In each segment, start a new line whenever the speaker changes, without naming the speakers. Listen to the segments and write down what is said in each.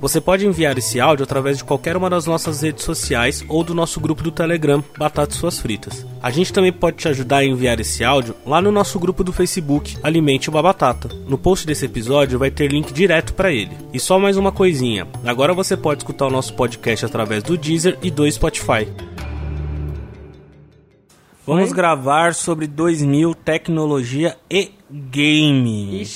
Você pode enviar esse áudio através de qualquer uma das nossas redes sociais ou do nosso grupo do Telegram, Batatas Suas Fritas. A gente também pode te ajudar a enviar esse áudio lá no nosso grupo do Facebook, Alimente uma Batata. No post desse episódio vai ter link direto para ele. E só mais uma coisinha: agora você pode escutar o nosso podcast através do Deezer e do Spotify. Vamos gravar sobre 2000, tecnologia e game.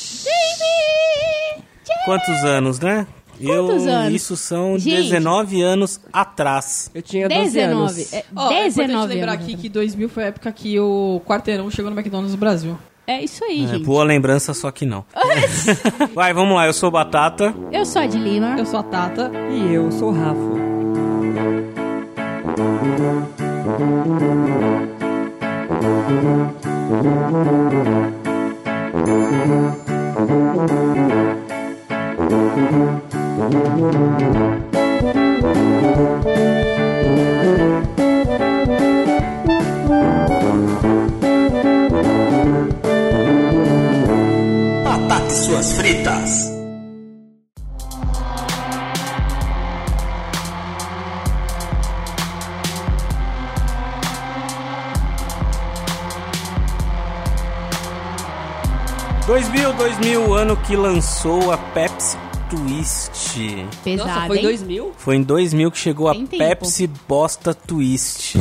Quantos anos, né?
Quantos
eu,
anos?
Isso são
Gente.
19 anos atrás.
Eu tinha 12
19.
anos.
É,
Ó, é importante
19
lembrar
anos. né?
aqui que 2000 foi a época que o Quarteirão chegou no McDonald's do Brasil.
É isso aí,
É,
gente.
boa lembrança, só que não. Vai, vamos lá. Eu sou o Batata.
Eu sou a de Lima.
Eu sou a Tata.
E eu sou o Rafa.
Batatas suas fritas.
Dois 2000, 2000, o ano que lançou a Pepsi Twist.
Pesado,
Nossa, foi
hein?
2000?
Foi em 2000 que chegou a
Tem tempo. Uhum.
Pepsi Bosta Twist.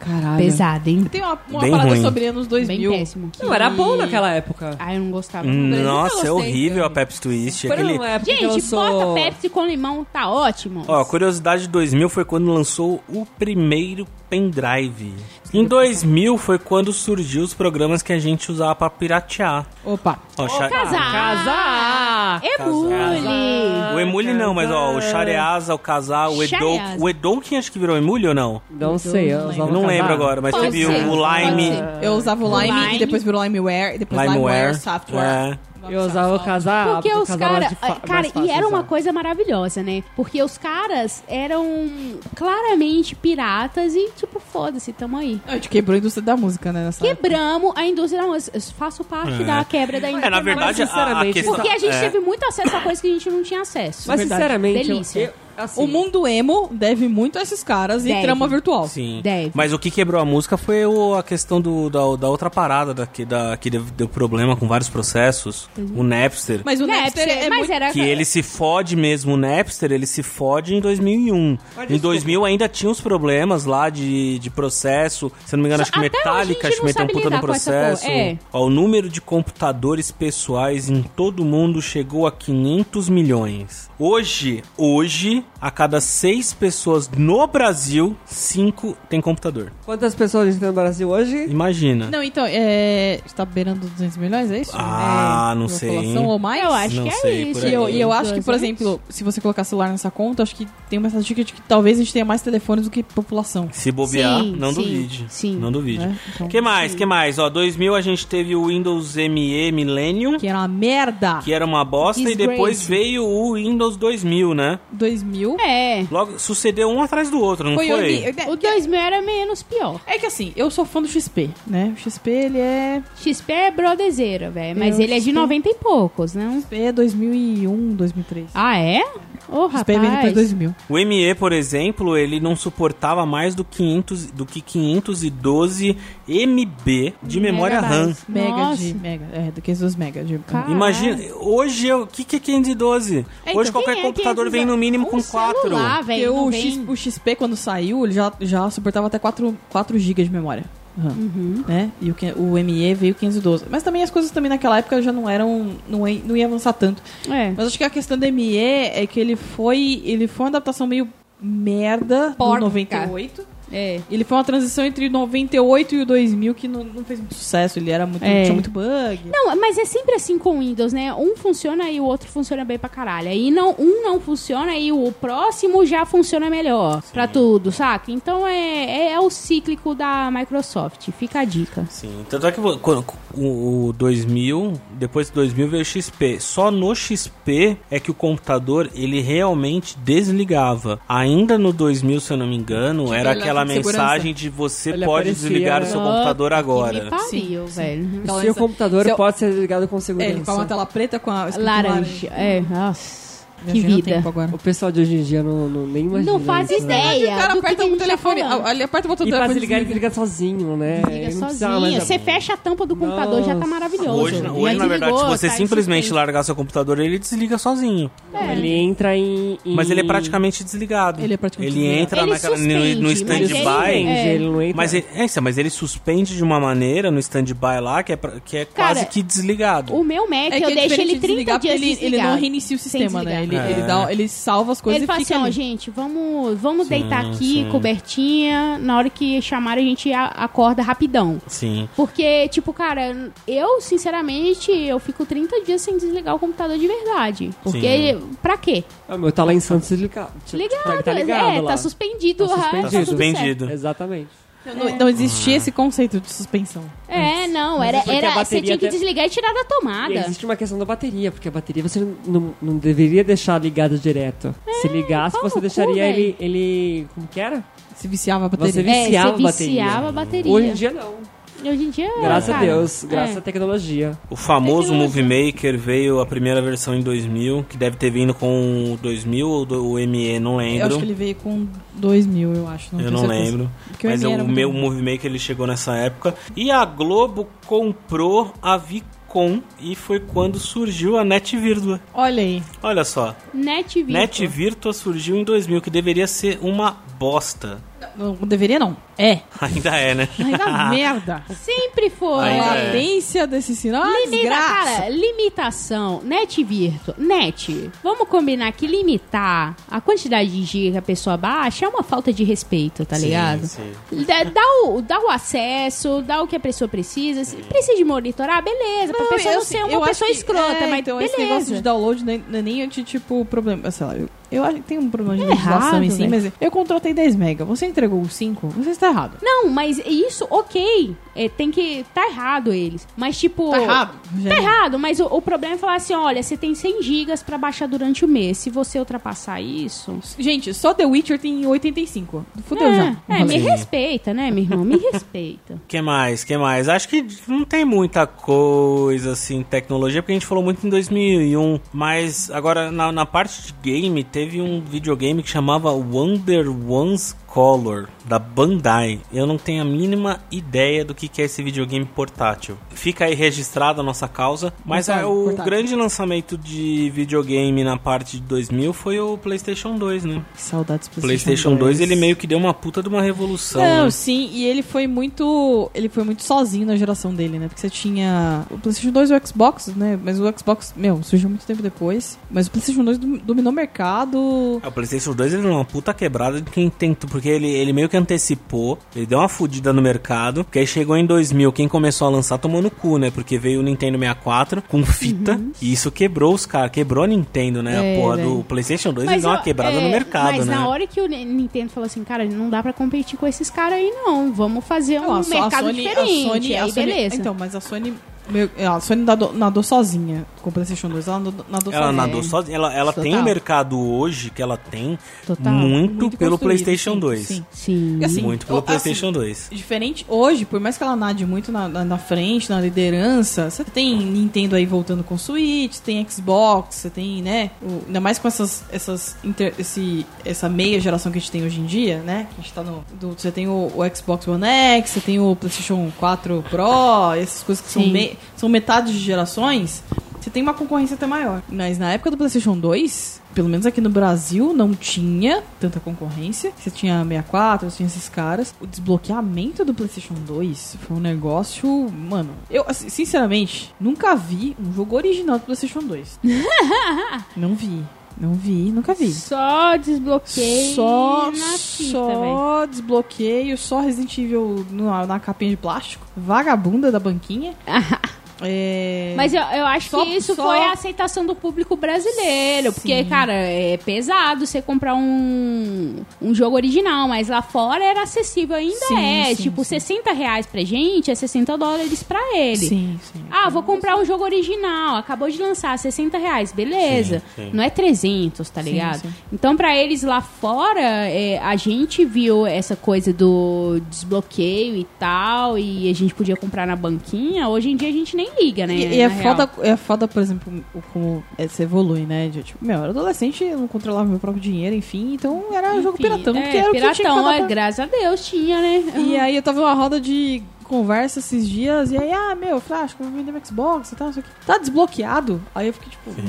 Caralho.
Pesado, hein?
Tem uma, uma
Bem
parada
ruim.
sobre anos 2000.
Bem péssimo.
Não, é. era bom naquela época.
Ah, eu não gostava.
Nossa, é
eu gostei,
horrível a
cara.
Pepsi Twist.
Foi
Aquele...
numa época que
Gente,
lançou...
bota Pepsi com limão, tá ótimo.
Ó, curiosidade de 2000 foi quando lançou o primeiro pendrive. Em 2000 foi quando surgiu os programas que a gente usava pra piratear.
Opa.
Ó, Sha-
casar.
Casar.
É Emule.
O Emule não, mas ó, o Shareasa, o Casar, o Edon,
Shareaza.
o Edonkin acho que virou Emule ou não?
Não sei, eu
Eu
usava
não lembro
casar.
agora, mas
Pode
teve
ser,
o Lime,
pode
Eu usava o Lime,
Lime.
e depois virou Limeware, e depois Limeware,
Limeware.
Software.
É.
Eu usava o casar.
Porque os
casar era
caras.
de fa-
Cara,
mais
e
fácil
era uma
usar.
coisa maravilhosa, né? Porque os caras eram claramente piratas e, tipo, foda-se, tamo aí.
A gente quebrou a indústria da música, né? Nessa época.
Quebramos a indústria da música. Eu Faço parte da quebra da indústria.
É, na
da
verdade, a,
música.
a
sinceramente,
questão...
Porque a gente
é.
teve muito acesso a coisa que a gente não tinha acesso.
Mas
Verdade.
sinceramente, eu-
Delícia.
eu- assim,
O mundo emo deve muito a esses caras
Deve.
e trama virtual.
Sim.
Deve.
Mas o que quebrou a música foi o- a questão do, da, da outra parada da, que, da, que deu, deu problema com vários processos.
Uhum.
O Napster.
Mas o Napster,
Napster,
é
mas
muito...
era
Que ele se fode mesmo, o Napster, ele se fode em 2001. em 2000 ainda tinha uns problemas lá de, de processo. Se eu não me engano,
Só-
acho que
até hoje
Metallica
a gente
acho que
não
meteu um
sabe
puta no
lidar com essa porra,
processo.
é.
Ó, o número de computadores pessoais em todo o mundo chegou a 500 milhões. Hoje, hoje, a cada seis pessoas no Brasil, cinco tem computador.
Quantas pessoas a gente tem no Brasil hoje?
Imagina.
Não, então, é... Tá beirando 200 milhões, é isso?
Ah,
É,
não
uma
sei,
população
hein?
ou mais?
Eu acho
Não
que
sei,
é isso.
por aí.
E eu, e eu acho que, por
Exatamente.
exemplo, se você colocar celular nessa conta, acho que tem uma estatística de que talvez a gente tenha mais telefones do que população.
Se bobear,
Sim,
não
sim,
duvide.
sim. É.
Não duvide.
Né? Então,
Que é mais? Que mais? Ó, 2000 a gente teve o Windows ME Millennium,
que era uma merda.
que era uma bosta, e
Disgrace.
depois veio o Windows 2000, né?
2000.
É.
Logo sucedeu um atrás do outro, não foi?
horrível.
O 2000 era menos pior.
É que assim, né, eu sou fã do XP, né? O XP, ele é...
XP é brodezeira, velho. Mas
Eu
ele é de
sei.
90 e poucos, não?
XP é 2001, 2003.
Ah, é? Ô,
XP veio depois de
rapaz.
2000.
O ME, por exemplo, ele não suportava mais do, 500, do que 512 MB de memória RAM.
Megabytes.
Mega
Nossa.
de... Mega, é, do que esses dois mega de...
Caralho.
Imagina, hoje o que, que é 512?
É,
hoje
então,
qualquer
quem é
computador
512?
vem no mínimo
Um
com 4.
celular,
Porque
velho.
o,
não
X-
vem.
o XP, quando saiu, ele já, já suportava até 4, 4 GB de memória. RAM,
Uhum.
Né? E o, que- o ME veio 512. Mas também as coisas também naquela época já não eram. Não, ia- não ia avançar tanto.
É.
Mas acho que a questão do ME é que ele foi. Ele foi uma adaptação meio merda
Porca.
do 98.
É.
Ele foi uma transição entre o 98 e o 2000 que não, não fez muito sucesso. Ele era muito.
É.
Tinha muito bug.
Não, mas é sempre assim com o Windows, né? Um funciona e o outro funciona bem pra caralho. Aí não, um não funciona e o próximo já funciona melhor pra tudo, saca? Então é, é, é o cíclico da Microsoft. Fica a dica.
Sim, tanto é que vo- quando- o, o 2000, depois do 2000 veio o XP. Só no XP é que o computador ele realmente desligava. Ainda no 2000, se eu não me engano, era
ele
aquela
segurança.
mensagem de você
Ele
pode
aparecia,
desligar o
né?
seu computador
Que me
agora.
pariu, velho.
Aquela
Seu
lista-
é computador
Seu-
pode ser ligado com
É,
segurança.
ele com uma tela preta com a escrito
Laranja. É, nossa. Que
Viajei no
vida.
tempo um agora.
O pessoal de hoje em dia não, não nem imagina.
Não faz
isso, né?
ideia.
O cara
do que
aperta
que a
o
gente tá
telefone,
falando.
ali aperta o botão do
E pra
telefone.
desligar, ele
desliga.
liga sozinho, né?
Liga
Ele não precisa mais
sozinho.
da-
Você fecha a tampa do computador, já tá maravilhoso.
Hoje,
Já
hoje na verdade, se
desligou,
você
tá
simplesmente
existente.
largar seu computador, ele desliga sozinho.
É.
Ele entra em, em-
Mas ele é praticamente desligado.
Ele é praticamente
Ele
desligado.
entra
Ele
naquela-
suspende,
no, no
mas
Ele suspende,
stand-by.
É.
ele não entra.
Mas ele, é, isso, mas ele suspende de uma maneira no stand-by lá que é, pra- que é
Cara,
quase que desligado.
O meu
É
Mac, É eu deixo ele 30 dias
ele, ele não
desligado.
reinicia o sistema, né? Ele,
desligar.
ele, dá, ele salva as coisas
Ele
e
fala
fica
assim, ó,
ali.
gente, vamos, vamos
Sim,
deitar aqui,
sim.
cobertinha, na hora que chamarem a gente a- acorda rapidão.
Sim.
Porque, tipo, cara, eu, sinceramente, eu fico 30 dias sem desligar o computador de verdade. Porque, pra quê?
Ah, meu, tá lá em Santos desligado.
Ligado,
tá ligado
é,
lá.
tá suspendido,
Tá
ah,
Tá
tudo certo.
suspendido.
Exatamente.
Não, não existia esse conceito de suspensão.
É, não, era,
Porque a
era você
bateria
tinha que
até-
desligar e tirar da
E
tomada.
existe uma questão da bateria, porque a bateria você não, não deveria deixar ligada direto. Se ligasse,
pau
você
no É, cu,
deixaria
velho.
ele, ele. Como que era?
Se viciava a
Você
bateria.
É,
viciava
você
a bateria.
viciava a bateria.
Hoje em dia não.
Hoje em dia,
Graças a
cara,
Deus, graças
é.
à tecnologia.
O famoso
Ele usa.
assim.
Movie Maker veio a primeira versão em 2000, que deve ter vindo com o 2000 ou do- o ME, não
Eu
lembro.
acho que ele veio com 2 mil, eu acho. Não
Eu
tenho
não
certeza.
lembro.
Porque
Mas
ME
o
era muito
meu
bom.
Movie Maker ele chegou nessa época. E a Globo comprou a Vicom e foi quando surgiu a Net Virtua.
Olha aí.
Olha só,
Net Virtua.
Net Virtua surgiu em 2000, que deveria ser uma bosta.
Não, não deveria não. É.
Ainda é, né?
Ainda merda.
Sempre foi.
Ainda
A
é.
latência desse sinal. Ah,
Limita,
desgraça.
cara, limitação. Net Virtua. Net, vamos combinar que limitar a quantidade de giga que a pessoa baixa é uma falta de respeito, tá
Sim,
ligado?
sim.
Dá, dá o, dá o acesso, dá o que a pessoa precisa. Se precisa de monitorar, beleza. pra pessoa não ser
eu
uma
acho
pessoa
que-
escrota,
é,
mas
então
beleza.
esse negócio de download não é, não é nem anti, tipo, problema. Sei lá, eu, eu acho que tem um problema de
É
legislação
errado,
em si,
velho.
mas eu contratei 10 mega. Você entregou 5, você está errado.
Não, mas isso, ok. É, tem que. Tá errado eles. Mas, tipo.
Tá errado.
Tá
Rogério.
errado, mas o, o problema é falar assim: olha, você tem 100 gigas pra baixar durante o mês. Se você ultrapassar isso.
Gente, só The Witcher tem 85. Fudeu
é,
já.
É, me
Sim.
respeita, né, meu irmão? Me respeita.
que mais? que mais? Acho que não tem muita coisa assim, tecnologia, porque a gente falou muito em 2001. Mas agora, na, na parte de game, teve um videogame que chamava Wonder One's Color, da Bandai. Eu não tenho a mínima ideia do que que é esse videogame portátil. Fica aí registrada a nossa causa. Mas
Portátil,
ah, o
portátil.
grande lançamento de videogame na parte de 2000 foi o PlayStation 2, né?
Que saudades
O PlayStation 2 ele meio que deu uma puta de uma revolução.
Não,
né?
sim, e ele foi muito. Ele foi muito sozinho na geração dele, né? Porque você tinha. O Playstation 2 e o Xbox, né? Mas o Xbox, meu, surgiu muito tempo depois. Mas o Playstation 2 dom- dominou o mercado.
É, O PlayStation 2 ele deu uma puta quebrada de quem tentou, porque ele, ele meio que antecipou, ele deu uma fudida no mercado, que aí chegou em 2000, quem começou a lançar tomou no cu, né? Porque veio o Nintendo 64 com fita, e isso quebrou os caras, quebrou a Nintendo, né?
Uhum. É,
a porra do
velho.
PlayStation 2 ele deu uma
ó,
quebrada
é,
no mercado,
mas
né?
na hora que o Ni- Nintendo falou assim, cara, não dá pra competir com esses caras aí, não. Vamos fazer um
Não, a so- a
mercado
Sony- a
diferente.
Sony- a
aí,
Sony-
beleza.
Então, mas a Sony. meu, a Sony nadou, nadou sozinha com o Playstation 2. Ela nadou, nadou
Ela
sozinha.
nadou sozinha. Ela, ela
Total.
tem um mercado hoje que ela tem
Total.
muito,
Muito
pelo
construído,
PlayStation
sim,
2.
sim.
Sim.
E assim,
Muito pelo
assim,
PlayStation 2.
Diferente hoje, por mais que ela nade muito na, na, na frente, na liderança, você tem Nintendo aí voltando com Switch, tem Xbox, você tem, né? o- ainda mais com essas, essas inter- esse, essa meia geração que a gente tem hoje em dia, né? Que a gente tá no. do- você tem o, o Xbox One X, você tem o PlayStation 4 Pro, essas coisas que são,
Sim.
me- são metade de gerações. Você tem uma concorrência até maior. Mas na época do PlayStation 2, pelo menos aqui no Brasil, não tinha tanta concorrência. Você tinha 64, você tinha esses caras. O desbloqueamento do PlayStation 2 foi um negócio. Mano, eu, assim, sinceramente, nunca vi um jogo original do PlayStation 2. não vi. Não vi, nunca vi.
Só desbloqueio
só,
na fita, velho.
só desbloqueio, só Resident Evil na, na capinha de plástico. Vagabunda da banquinha. É...
Mas eu, eu acho
Só-
que isso
só-
foi a aceitação do público brasileiro. Porque,
Sim.
cara, é pesado você comprar um, um jogo original, mas lá fora era acessível, ainda
Sim,
é.
sim,
tipo,
sim.
60 reais pra gente é 60 dólares pra ele.
Sim, sim.
Ah, vou comprar um jogo original, acabou de lançar, 60 reais, beleza.
Sim, sim.
Não é 300, tá
Sim,
ligado?
sim.
Então, pra eles lá fora, é, a gente viu essa coisa do desbloqueio e tal, e a gente podia comprar na banquinha. Hoje em dia a gente nem liga, né?
E, e é,
na real.
foda, é foda, por exemplo, o como é, você evolui, né? De, tipo, meu, eu era adolescente, eu não controlava meu próprio dinheiro, enfim. Então era jogo
Enfim,
piratão,
é,
que era o que tinha
piratão,
que
é,
pra-
graças a Deus tinha, né?
E aí eu tava numa roda de conversa esses dias, e aí, ah, meu, eu falei, ah, acho que eu vou vender meu Xbox e tal, não sei o que. Tá desbloqueado? Aí eu fiquei tipo,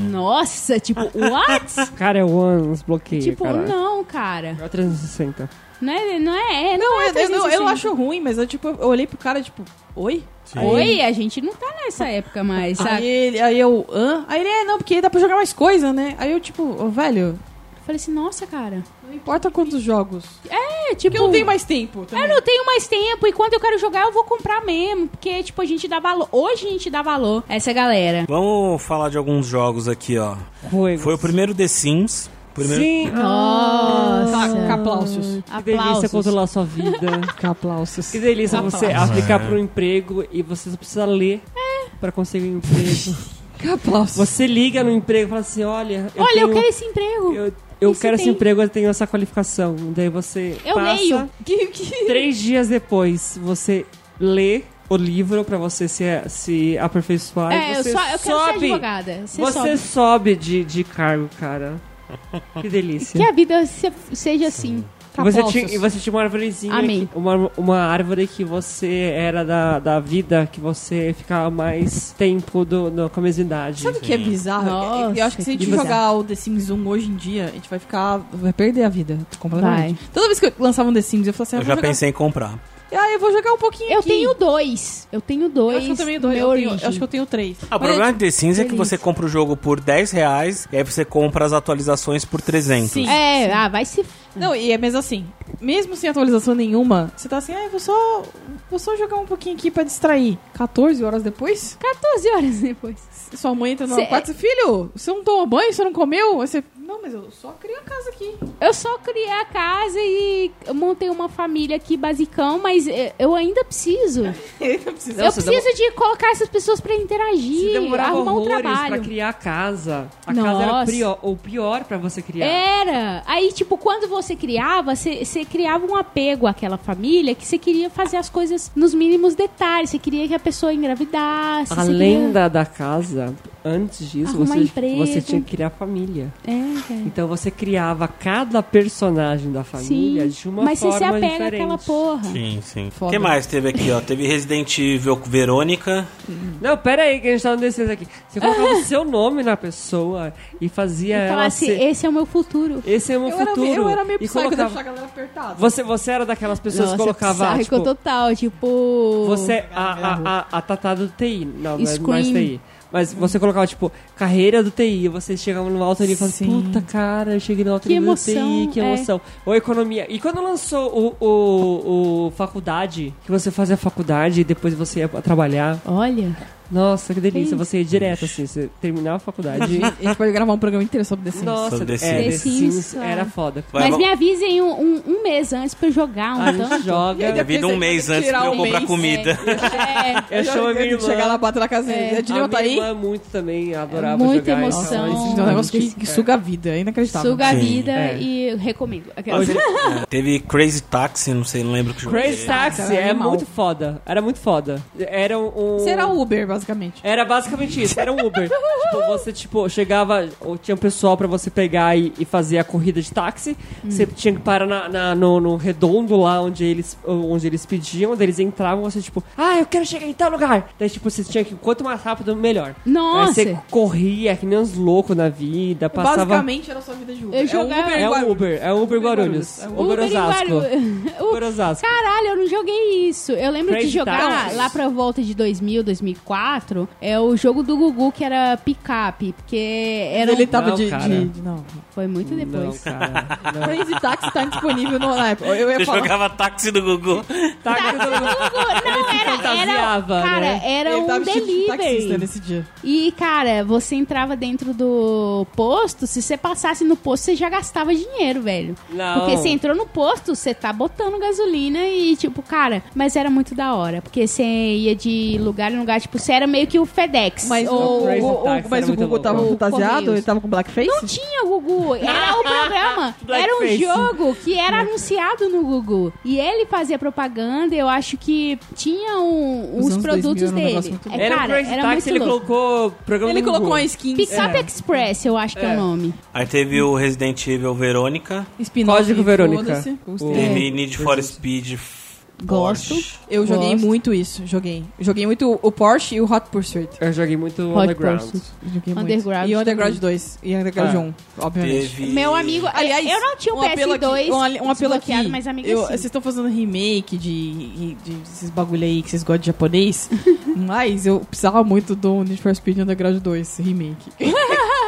Nossa, tipo, what?
Cara, é o One, os bloqueios,
tipo,
caralho.
não, cara.
É o 360.
Não é, não é, é, não,
não, eu,
é
eu, eu,
360.
acho ruim, mas eu tipo, eu olhei pro cara, tipo, oi?
Sim.
Oi, a gente não tá nessa época mais,
Aí,
sabe?
ele, aí eu, hã? Aí ele, é, não, porque aí dá pra jogar mais coisa, né? Aí eu, tipo, "Ô, velho,
Eu falei assim, nossa, cara.
não importa quantos jogos.
É, tipo.
Porque eu não tenho mais tempo.
eu não tenho mais tempo e quando eu quero jogar eu vou comprar mesmo, porque tipo a gente dá valor, hoje a gente dá valor a essa galera.
Vamos falar de alguns jogos aqui, ó.
Juegos.
Foi o primeiro The Sims. Primeiro...
Sim. Ah,
Tá,
Nossa.
Caplaucios.
Que delícia
Ah, Aplausos.
controlar sua vida.
Caplaucios.
Que delícia você
Caplaucios.
É.
aplicar para um emprego e você só precisa ler
É.
pra conseguir um emprego.
Caplaucios.
Você liga no emprego e fala assim, olha... Eu
Olha, eu
tenho-
quero esse emprego. Eu,
Eu, eu
Isso
quero esse
tem.
emprego, eu tenho essa qualificação. Daí você
Eu
passa...
leio.
Que, que...
Três dias depois, você lê o livro pra você se, se aperfeiçoar.
é,
e
eu
você
só eu quero ser
sobe.
advogada. Você,
Você sobe,
sobe.
de, de cargo, cara. Que delícia.
Que a vida se- seja assim.
E você, tinha,
Caplaucios.
e você tinha uma árvorezinha,
Amém.
que- uma, uma árvore que você era da, da vida, que você ficava mais tempo do, do, com a mesma idade.
Sabe o que é bizarro?
Nossa,
eu acho que se a gente
que bizarro.
jogar o The Sims 1 hoje em dia, a gente vai ficar. Vai perder a vida completamente. Toda vez que eu lançava um The Sims, eu falava assim, ah,
Eu
vou
já
jogar...
pensei em comprar.
Ah, eu vou jogar um pouquinho
Eu
aqui.
tenho dois. Eu tenho
Eu
dois.
acho que eu também dou.
Meu
Eu, tenho-
origem.
eu acho que eu tenho três.
Ah, o
Mas,
problema de The Sims é que
delícia.
você compra o jogo por 10 reais e aí você compra as atualizações por 300.
Sim.
É, ah, vai se
Não, e é mesmo assim. Mesmo sem atualização nenhuma, você tá assim, ah, eu vou só. Vou só jogar um pouquinho aqui pra distrair. 14 horas depois?
14 horas depois.
Sua mãe entra no
é
Cê-
quarto e diz, filho, você não tomou banho, você não comeu? Aí você. Não, mas eu só criei a casa aqui.
Eu só criei a casa e eu montei uma família aqui basicão, mas eh, eu ainda preciso.
Não precisa.
eu
se
preciso de colocar essas pessoas pra interagir,
Se demorava
arrumar um
horrores pra
trabalho.
criar a casa. A casa
Nossa. É,
era o prior- o pior pra você criar.
Era! Aí, tipo, quando você criava, você você criava um apego àquela família que você queria fazer as coisas nos mínimos detalhes. Você queria que a pessoa engravidasse. você
Além
queria-
da, da casa, antes disso,
Arrumar
você,
emprego.
você tinha que criar família.
É, cara.
Então você criava cada personagem da família
Sim.
de uma
mas
forma
você se apega
diferente.
àquela porra.
Sim, sim. O
Foda.
que mais teve aqui, ó? Teve Resident Evil Verônica.
Não, pera aí, que a gente tá no descenso aqui. Você colocava o seu nome na pessoa e fazia
E
ela
falasse,
ser...
esse é o meu futuro.
Esse é o meu
Eu era,
futuro.
eu era meio
E
psycho, eu
colocava-
deixava a galera apertada.
Você, você era daquelas pessoas que colocava,
psycho
tipo,
total, tipo...
você, a, a, a, a Tatá do TI, não, não é
Scream.
mais TI. Mas você colocava, tipo, carreira do TI, e você chegava no alto nível e falava,
Sim.
puta cara, eu cheguei no alto
Que
nível do
emoção,
TI, que
é.
emoção. Ou economia. E quando lançou o, o, o faculdade, que você fazia faculdade e depois você ia trabalhar,
Olha...
Nossa, que delícia.
Sim.
Você ia direto, assim, você terminava a faculdade.
A gente pode gravar um programa inteiro sobre The Sims.
Nossa,
The
é,
Sims.
The
The
Sims
Sims, é.
era foda.
Vai,
Mas
vamos-
me avisem um, um- um mês antes pra eu jogar um
A Ah, gente
tanto.
Ainda
Minha
joga.
vida um
pensei,
mês
tem que
antes pra
tirar
eu
um
comprar
mês,
comida.
É,
Eu chamo a minha irmã.
Chegar lá, bater na casa
É.
é.
a
de tá
minha
aí.
irmã muito também adorava
muita
jogar. isso.
emoção.
Nossa,
Esse é um negócio que, que
É.
suga a vida, é inacreditável.
suga a
Sim,
vida
é.
e eu recomendo. Aquelas-
Hoje,
é.
É, teve Crazy Taxi, não sei, não lembro que jogo.
Crazy
é.
Taxi
era
é
animal.
muito foda. Era muito foda. Era um... um-
Será o Uber, basicamente.
Era basicamente isso, era um Uber. tipo, você, tipo, chegava, ou tinha um pessoal pra você pegar e, e fazer a corrida de táxi. Você tinha que parar na, na- no, no redondo lá onde eles, onde eles pediam, daí eles entravam, você, tipo, ah, eu quero chegar em tal lugar. Daí, tipo, você tinha que, quanto mais rápido, melhor. Aí
assim, Nossa!
você corria que nem uns loucos na vida, passava.
Basicamente era sua vida de Uber.
Eu
É o
jogava-
Uber
É
igual-
um Uber, é um Uber
Uber
Guarulhos.
Guarulhos. É um
Uber
em
Osasco.
Guaru-
Uber Osasco.
Caralho, eu não joguei isso. Eu lembro de
Crazy
jogar
Taxi.
lá pra volta de 2000, 64 é o jogo do Gugu que era picape, porque era. um-
Ele tá- tava
Não,
de,
cara.
de- de- Não.
Foi muito
Não,
depois.
cara. Não.
Crazy Taxi tá disponível no, na Apple. Eu ia
Você
falar.
jogava táxi do Gugu.
Tá,
Não, era, era,
fantasiava,
cara,
né?
era
ele
um
tava vestido de taxista
delivery.
nesse dia.
E, cara, você entrava dentro do posto, se você passasse no posto, você já gastava dinheiro, velho.
Não.
Porque você entrou no posto, você tá botando gasolina e, tipo, cara, mas era muito da hora. Porque você ia de lugar em lugar, tipo, você era meio que o FedEx.
Mas
ou...
o,
Crazy
o- o-
Taxi
mas
era
o
muito
Google
louco.
tava
O
fantasiado?
Correios.
Ele tava com blackface?
Não tinha Gugu, era o programa. era um
Blackface.
jogo que era anunciado no Gugu. E ele fazia propaganda, eu acho que tinha um-
Os
os
anos 2000
produtos
era um
dele.
negócio muito
É,
louco.
Era o
cara,
Crazy
era
Taxi,
muito
ele
louco.
colocou programa
Ele
do
colocou
Google.
uma skin é.
Pickup Express, eu acho que é,
É.
o nome.
Aí teve o Resident Evil Verônica,
Spin-off,
Código
e
Verônica.
foda-se.
O-
teve
É.
Need for Speed. F-
Gosto.
Porsche.
Eu joguei
Gosto.
muito isso, joguei. Joguei muito o Porsche e o Hot Pursuit.
Eu joguei muito
Hot
Underground.
Pursuit.
Joguei muito.
Underground
E o Underground
também.
2 e Underground
Ah.
1, obviamente.
Teve.
Meu amigo,
Aliás,
eu não tinha o
um apelo
PS2
aqui- um, ale- um apelo aqui.
desbloqueado, mas amigo, assim.
Eu-
sim.
Vocês estão fazendo remake de, de, esses bagulho aí que vocês gostam de japonês, mas eu precisava muito do Need for Speed Underground 2 remake.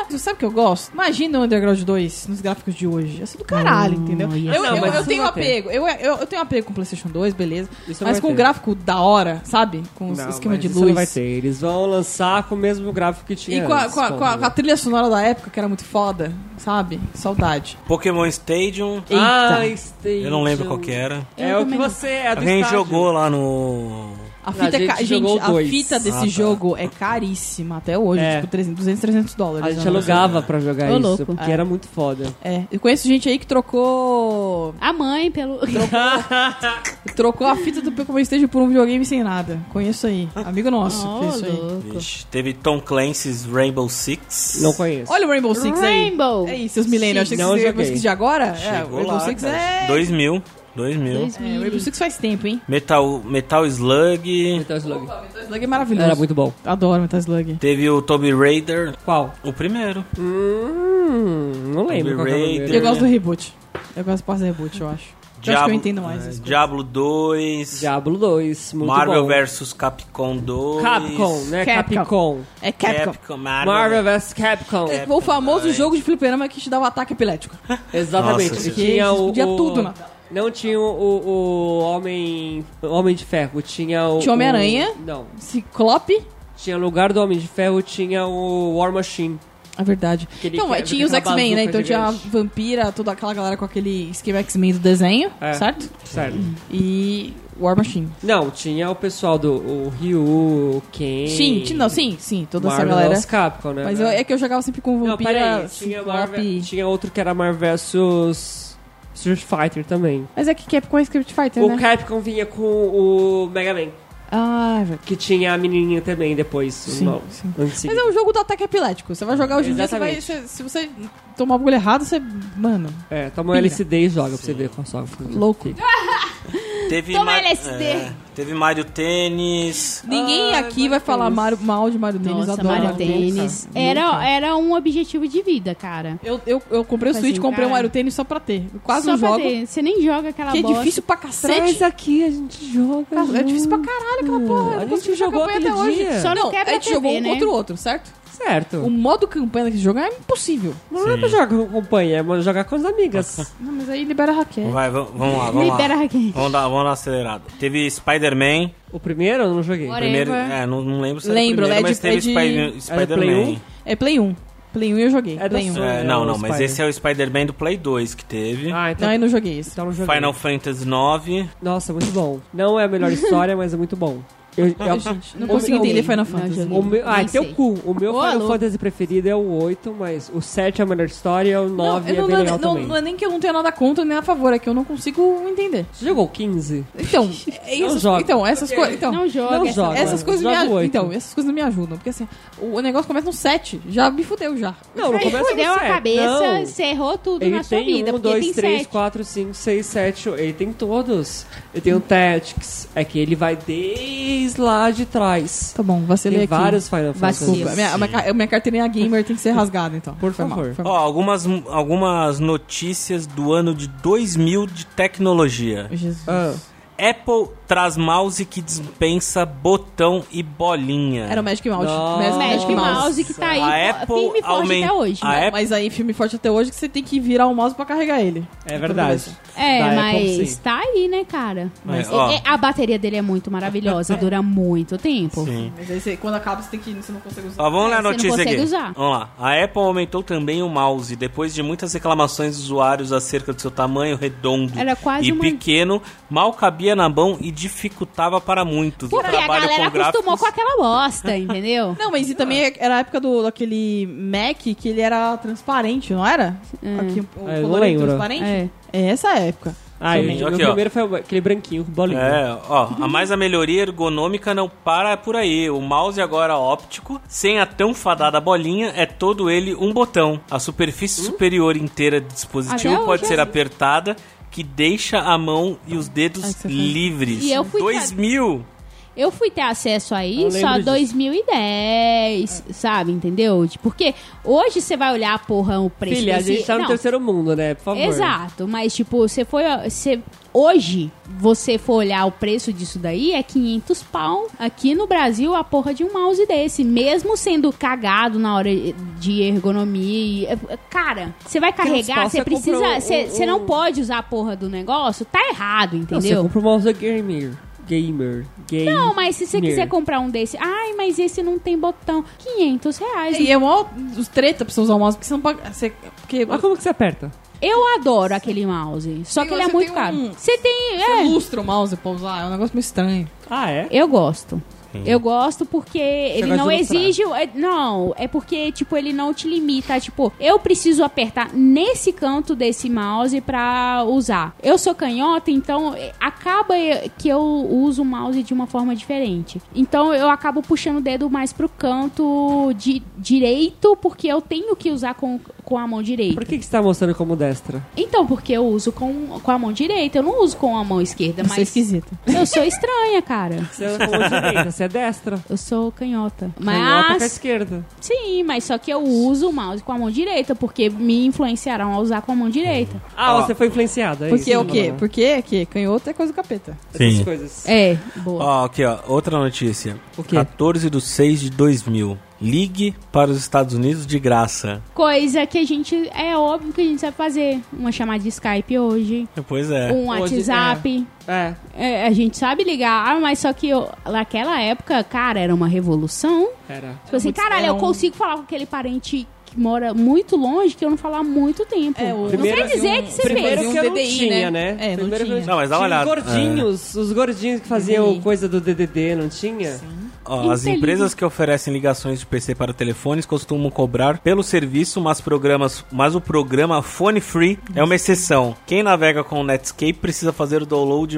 Você sabe o que eu gosto? Imagina o Underground 2 nos gráficos de hoje. Isso do caralho, entendeu?
ia
Eu,
ser. Não,
eu,
mas
eu
isso
tenho
vai ter.
apego. Eu, eu, eu tenho apego com o PlayStation 2, beleza.
Isso
mas
vai
com o
ter.
gráfico da hora, sabe? Com o
Não,
esquema
mas
de
isso
luz.
Não vai ter. Eles vão lançar com o mesmo gráfico que
E
tinha.
com a,
antes,
com, a, com a- com a trilha sonora da época, que era muito foda, sabe? Saudade.
Pokémon Stadium.
Ah,
Eita.
Station.
Eu não lembro qual que era.
É
Eu
o que
também não.
você é do
Alguém
estádio.
jogou lá no.
A
A
fita,
gente
é ca-
jogou
gente,
o
a
dois.
fita desse
Ah, tá.
jogo é caríssima até hoje,
É.
tipo 300, 200, 300 dólares.
A gente
né?
alugava pra jogar
Ô,
isso,
louco.
porque
É.
era muito foda.
É, eu conheço gente aí que trocou
A mãe, pelo.
trocou a fita do Pokémon Stage por um videogame sem nada. Conheço aí, amigo nosso,
Ó,
que é isso aí.
louco.
Vixe, teve Tom Clancy's Rainbow Six.
Não conheço.
Olha o Rainbow Six aí.
Rainbow!
É isso, os millennials. Achei que
Não
vocês Rainbow
joguei.
Six de agora? é, o
Chegou
Rainbow
lá.
Six
cara.
é...
2000. 2000.
2000.
É, o Rainbow Six faz tempo, hein?
Metal, Metal Slug.
Metal Slug.
Metal Slug é maravilhoso.
Então, Era muito bom.
Adoro Metal Slug.
Teve o Tomb Raider.
Qual?
O primeiro.
Hum, não lembro qual que é o nome
Raider.
dele.
Eu gosto do reboot. Eu gosto do passo reboot, eu acho. Eu acho que eu entendo mais.
eh,
essas coisas.
Diablo 2.
Diablo 2, muito
Marvel
bom.
vs Capcom 2.
Capcom, né?
Capcom.
Capcom.
É Capcom.
Capcom. Marvel.
Marvel vs Capcom.
É, o famoso jogo de fliperama que te dava ataque epilético.
Exatamente.
Nossa,
tinha
gente,
o,
explodia
o-
tudo né? na tela.
Não tinha o, o Homem o Homem de Ferro, tinha o...
Tinha Homem-Aranha.
o- Não.
Ciclope.
Tinha no lugar do Homem de Ferro, tinha o War Machine.
É verdade.
Aquele
então,
que-
é, tinha os
aquela
X-Men, né?
bazuca
Então tinha a
gigante.
Vampira, toda aquela galera com aquele esquema X-Men do desenho,
É.
certo?
Sério.
E War Machine.
Não, tinha o pessoal do o Ryu, o Ken...
Sim, ti- não, sim, sim, toda
Marvel
essa galera.
vs Capcom, né?
Mas eu- é que eu assim, jogava sempre com
Não,
Vampira,
peraí, tinha, Marvel,
Ciclope...
tinha outro que era Marvel vs Street Fighter também.
Mas é que Capcom é Script Fighter,
O
né?
Capcom vinha com o Mega Man,
Ah, é verdade.
que tinha a menininha também depois.
Sim,
no-
sim.
ano seguinte.
Mas é um jogo do ataque epilético. Você vai jogar hoje em dia, você vai,
Exatamente.
você- se você tomar o bagulho errado, você... Mano,
É, toma um LCD e joga pra você ver qual só.
louco.
Teve
Toma
Ma-
LSD.
é, teve Mario Tênis.
Ninguém aqui vai falar Mario- mal de Mario Tênis.
Nossa,
adoro
Mario Tênis. Era, era um objetivo de vida, cara.
Eu, eu, eu comprei o
Mas
Switch,
assim,
comprei um
cara,
Mario Tênis só pra ter. Eu Quase
Só
não
pra
jogo.
ter, Você nem joga aquela
Que é
bosta.
difícil pra cacete.
aqui, a gente joga.
É difícil pra caralho aquela porra. Eu não
A
consigo
gente
jogar
jogou
campanha
aquele
até hoje.
dia.
Só não,
Não,
quer
a
pra
gente
TV,
jogou um
né?
contra o outro, certo?
Certo.
O modo campanha que jogar é impossível.
Não é pra jogar com companhia, é pra jogar com as amigas.
Não, mas aí libera a raquete.
Vai, vam- vamos
Ah,
lá, vamos
Libera
lá.
aqui.
Vamos dar, vamos dar uma acelerada. Teve Spider-Man.
O primeiro eu não joguei.
Bora.
Primeiro,
Whatever.
é, não, não lembro se era
Lembro,
o primeiro,
é
mas
de-
teve
é de-
Spider-
Play
Spider-Man.
É Play 1. Play 1 eu joguei.
É da
Play 1.
Sony.
É,
É,
não,
o
não, mas
Spider.
esse é o Spider-Man do Play 2 que teve.
Ah, então,
Não, eu não joguei esse.
então eu não joguei.
Final Fantasy 9.
Nossa, muito bom. Não é a melhor história, mas é muito bom. Eu, eu-
Não
o
consegui
meu-
É entender Final
Não,
Fantasy.
joguei.
O meu, ah,
Nem
teu
sei.
cu. O meu
Ô,
Final
alô.
Fantasy preferido é o 8, mas o 7 é a melhor história, o 9
eu
é
não,
bem
não,
legal
não-
também.
não é nem que eu não tenho nada contra nem a favor, é que eu não consigo entender.
Você jogou 15?
Então, é
Não
essas,
joga.
então essas coisas. Então,
Não joga.
Não
essa-
joga.
Essas coisas me
Joga
ajudam.
oito.
Então, essas coisas não me ajudam. Porque assim, o o negócio começa no 7. Já me fudeu já.
Não, não
Aí
começa
fudeu
no
a
sete.
cabeça,
Não.
você errou tudo
Ele
na sua
tem
vida.
um,
porque
dois,
tem
três,
sete.
quatro, cinco, seis, sete. oito. Ele tem todos. Ele tem o Tactics. É que ele vai desde lá de trás.
Tá bom, vacilei
Tem
aqui.
vários Final Fantasy.
Vacilo.
Desculpa, minha, minha, ca- minha carteirinha é gamer tem que ser rasgada, então.
Por
Foi mal,
favor.
foi
Ó,
mal.
algumas, algumas notícias do ano de 2000 de tecnologia.
Jesus.
Ah,
Apple traz mouse que dispensa botão e bolinha.
Era o Magic Mouse.
Nossa.
Magic
Nossa.
Mouse que tá aí
A
fo-
Apple
firme e forte
aumen-
até hoje.
A Apple-
Mas aí, filme forte até hoje, que você tem que virar o mouse pra carregar ele.
É verdade.
É,
Da Apple,
mas
sim.
tá aí, né, cara?
Mas,
É-
ó.
é- a bateria dele é muito maravilhosa, dura muito tempo.
Sim.
Mas aí, você- quando acaba, você tem que você não consegue usar.
Ó, vamos lá a
Você não
notícia
consegue
aqui.
usar.
Vamos lá. A Apple aumentou também o mouse depois de muitas reclamações dos usuários acerca do seu tamanho redondo
Era quase
e
uma-
pequeno, mal cabia na mão e dificultava para muitos. O
Porque a
trabalho
galera
com gráficos-
acostumou com aquela bosta, entendeu?
Não, mas e também era a época do, daquele Mac que ele era transparente, não era? Aqui, o
Ah, eu não
colorido
lembro.
transparente?
É.
É essa época.
Ah, eu,
Sim.
o
Aqui, ó.
primeiro foi aquele branquinho com bolinha.
É, ó,
Uhum.
a mais a melhoria ergonômica não para por aí. O mouse agora óptico, sem a tão fadada bolinha, é todo ele um botão. A superfície superior inteira do dispositivo
Hum? Até
pode
hoje
ser
é.
apertada, que deixa a mão e os
Ai,
dedos
que você fala.
livres.
E eu fui
2000?
Eu fui ter acesso a
Eu
isso
lembro
só
disso.
2010, sabe? Entendeu? Tipo, Porque hoje você vai olhar, porra, o preço
Filha, a
desse-
gente tá no
Não,
terceiro mundo, né? Por favor.
Exato, mas tipo, você foi. Você, hoje, você for olhar o preço disso daí, é 500 pau. Aqui no Brasil, a porra de um mouse desse, mesmo sendo cagado na hora de ergonomia. e- é- Cara, você vai
500
carregar,
pau,
você
você
precisa.
compra um-
Você você não
um-
pode usar a porra do negócio, tá errado,
Não, Então, você
entendeu?
compra o mouse gamer. Gamer. Gamer.
Não, mas se você
Gamer.
quiser comprar um desse, ai, mas esse não tem botão. 500 reais.
E é mó os treta pra você usar o mouse, porque você não paga. Você, porque
Mas Ah, como que você aperta?
Eu adoro aquele mouse, só
Tem-
que ele é
você
muito
tem
caro.
um-
Você tem.
você
é.
lustra o mouse pra usar, é um negócio meio estranho.
Ah, é?
Eu gosto. Eu gosto porque ele
gosta
não
de ilustrar.
exige. é, Não, é porque, tipo, ele não te limita. Tipo, eu preciso apertar nesse canto desse mouse pra usar. Eu sou canhota, então é, acaba é, que eu uso o mouse de uma forma diferente. Então eu acabo puxando o dedo mais pro canto de direito, porque eu tenho que usar com, com a mão direita.
Por que, que você tá mostrando como destra?
Então, porque eu uso com, com a mão direita, eu não uso com a mão esquerda,
Mas... Você é
mas
esquisita.
eu sou estranha, cara.
Você é como direita, você é destra.
Eu sou canhota.
Canhota com a
Mas
esquerda.
Sim, mas só que eu uso o mouse com a mão direita, porque me influenciaram a usar com a mão direita.
Ah,
Ó.
você foi influenciada. é
Porque
isso,
o quê?
Manoel?
Porque que canhoto é coisa do capeta.
Essas
Sim.
coisas.
É, boa.
Ó, aqui, ó, outra notícia.
O quê?
14 de 6 de 2000. Ligue para os Estados Unidos de graça.
Coisa que a gente. É óbvio que a gente sabe fazer. Uma chamada de Skype hoje,
Pois é.
um
Hoje,
WhatsApp.
É.
É, a gente sabe ligar, Ah, mas só que eu- naquela época, cara, era uma revolução.
Era.
Tipo assim,
Muito-
caralho,
é
eu
um-
consigo falar com aquele parente que mora muito longe que eu não falo há muito tempo.
É, o-
Não quer
Primeiro- assim, um
dizer que você
primeiro-
fez.
fez.
que eu não
DDI,
tinha,
né?
né?
É, não
Primeiro
tinha.
que
Não, mas dá uma
tinha os
olhada. É.
gordinhos, os gordinhos que faziam
DDI.
coisa do DDD, não tinha?
Ó, as
Infeliz.
empresas que oferecem ligações de PC para telefones costumam cobrar pelo serviço, mas, programas, mas o programa Phone Free é uma exceção. Quem navega com o Netscape precisa fazer o download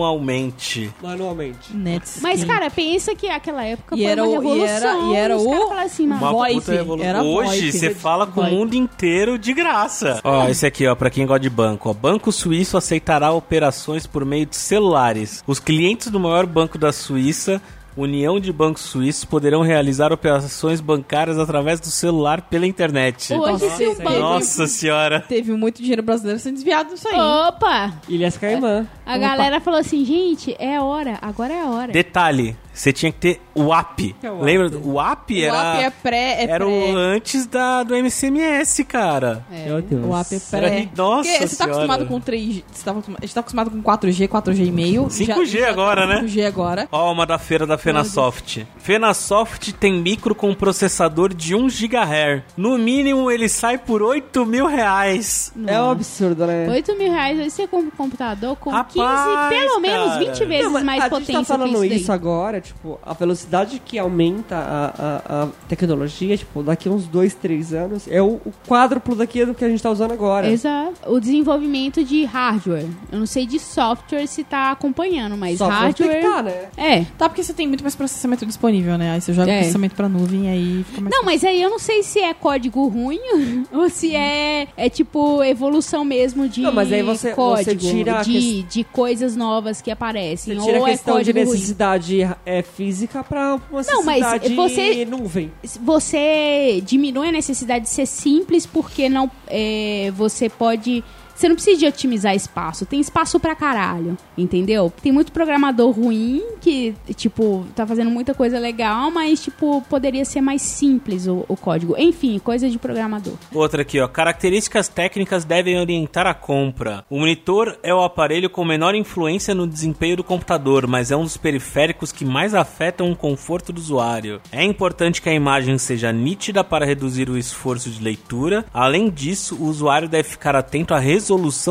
manualmente.
Manualmente.
Netscape.
Mas, cara, pensa que aquela época
E
foi
era
uma
o- e era-
revolução.
e era
os caras
o-
falam assim, mano.
Uma
Voip,
puta revolução.
era né?
Hoje
Voip.
você fala com o
Voip.
mundo inteiro de graça. Ó, esse aqui, ó, pra quem gosta de banco. Ó, banco suíço aceitará operações por meio de celulares. Os clientes do maior banco da Suíça. União de Bancos Suíços poderão realizar operações bancárias através do celular pela internet.
Hoje, se o
isso aí.
banco.
Nossa senhora.
Teve muito dinheiro brasileiro sendo desviado disso aí.
Oh. Opa!
Ilhas Caimã.
A galera falou assim, gente, é hora, agora é a hora.
Detalhe, você tinha que ter o app.
que é o
Lembra? O app
O
era
app é pré. É
era
pré.
o antes da do MCMS, cara.
Meu Deus.
O app é
Era
pré.
que- nossa
Porque você tá
senhora.
acostumado com 3G. Você tá, acostum- a gente tá acostumado com 4G, 4G e meio. tá
5G agora, né?
5G agora.
Ó, uma da feira da Fenasoft. Fenasoft tem micro com processador de 1 GHz. No mínimo, ele sai por 8 mil reais.
É um absurdo, né?
8 mil reais, aí você compra um computador com
Rapaz,
15, pelo menos
cara.
20 vezes
Não, mas
mais
a
potência
gente tá falando
que isso,
isso
daí.
agora, tipo, a velocidade que aumenta a, a, a tecnologia, tipo, daqui uns dois, três anos, é o, o quádruplo daquilo que a gente tá usando agora.
Exato. O desenvolvimento de hardware. Eu não sei de software se tá acompanhando, mas
Só que tem
hardware...
que tá, né?
É.
Tá, porque você tem muito mais processamento disponível, né? Aí você joga
É.
processamento pra nuvem aí fica mais.
Não, mas aí eu não sei se é código ruim ou se é, é tipo evolução mesmo de
Não, mas aí você- você
código,
tira a
de, de coisas novas que aparecem.
Você tira
ou
a questão
é
de
código ruim.
necessidade é, física pra uma
Não, mas
necessidade
você-
nuvem.
você diminui a necessidade de ser simples porque não é, você pode Você não precisa de otimizar espaço, tem espaço pra caralho, entendeu? Tem muito programador ruim que, tipo, tá fazendo muita coisa legal, mas, tipo, poderia ser mais simples o, o código. Enfim, coisa de programador.
Outra aqui, ó. Características técnicas devem orientar a compra. O monitor é o aparelho com menor influência no desempenho do computador, mas é um dos periféricos que mais afetam o conforto do usuário. É importante que a imagem seja nítida para reduzir o esforço de leitura. Além disso, o usuário deve ficar atento à resolução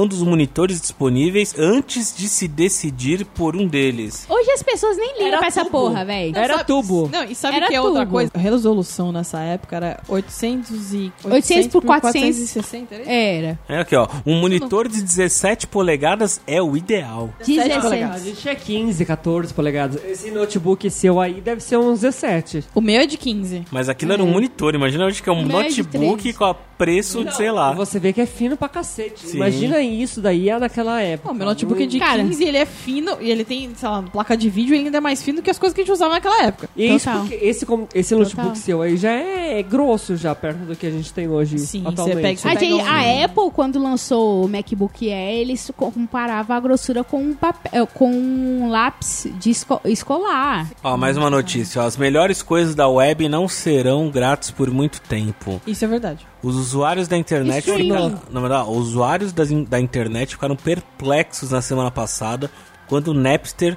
dos monitores disponíveis antes de se decidir por um deles.
Hoje as pessoas nem ligam
Era
pra essa
tubo.
porra, velho.
Era
sabe-
tubo.
Não, e sabe o
Era
que é outra
tubo.
coisa? A resolução nessa época era 800 e...
800 por
460, era isso?
Era.
É aqui, ó. Um monitor de 17 polegadas é o ideal.
17
A
17.
polegadas.
gente é 15, 14 polegadas. Esse notebook seu aí deve ser uns 17.
O meu é de 15.
Mas aquilo era um monitor, imagina hoje que é um
Média de
notebook
três.
com a preço de, sei lá.
Você vê que é fino pra cacete.
Ah. Sim.
Imagina isso daí é naquela época.
Pô, meu notebook é de
Hum, Cara.
15 ele é fino e ele tem, sei lá, placa de vídeo ele ainda é mais fino que as coisas que a gente usava naquela época.
E isso
Total.
porque esse, com- esse
Total.
notebook seu aí já é grosso já perto do que a gente tem hoje
Sim, você
atualmente.
pega- você
A,
pega
gente-
um-
a Apple, quando lançou o MacBook Air, eles co- comparava a grossura com um, papel, com um lápis de esco- escolar.
Ó, mais uma notícia. ó. As melhores coisas da web não serão grátis por muito tempo.
Isso é verdade.
Os usuários da internet
Streaming.
ficaram. Na verdade, ó, os usuários das in- da internet ficaram perplexos na semana passada quando o Napster,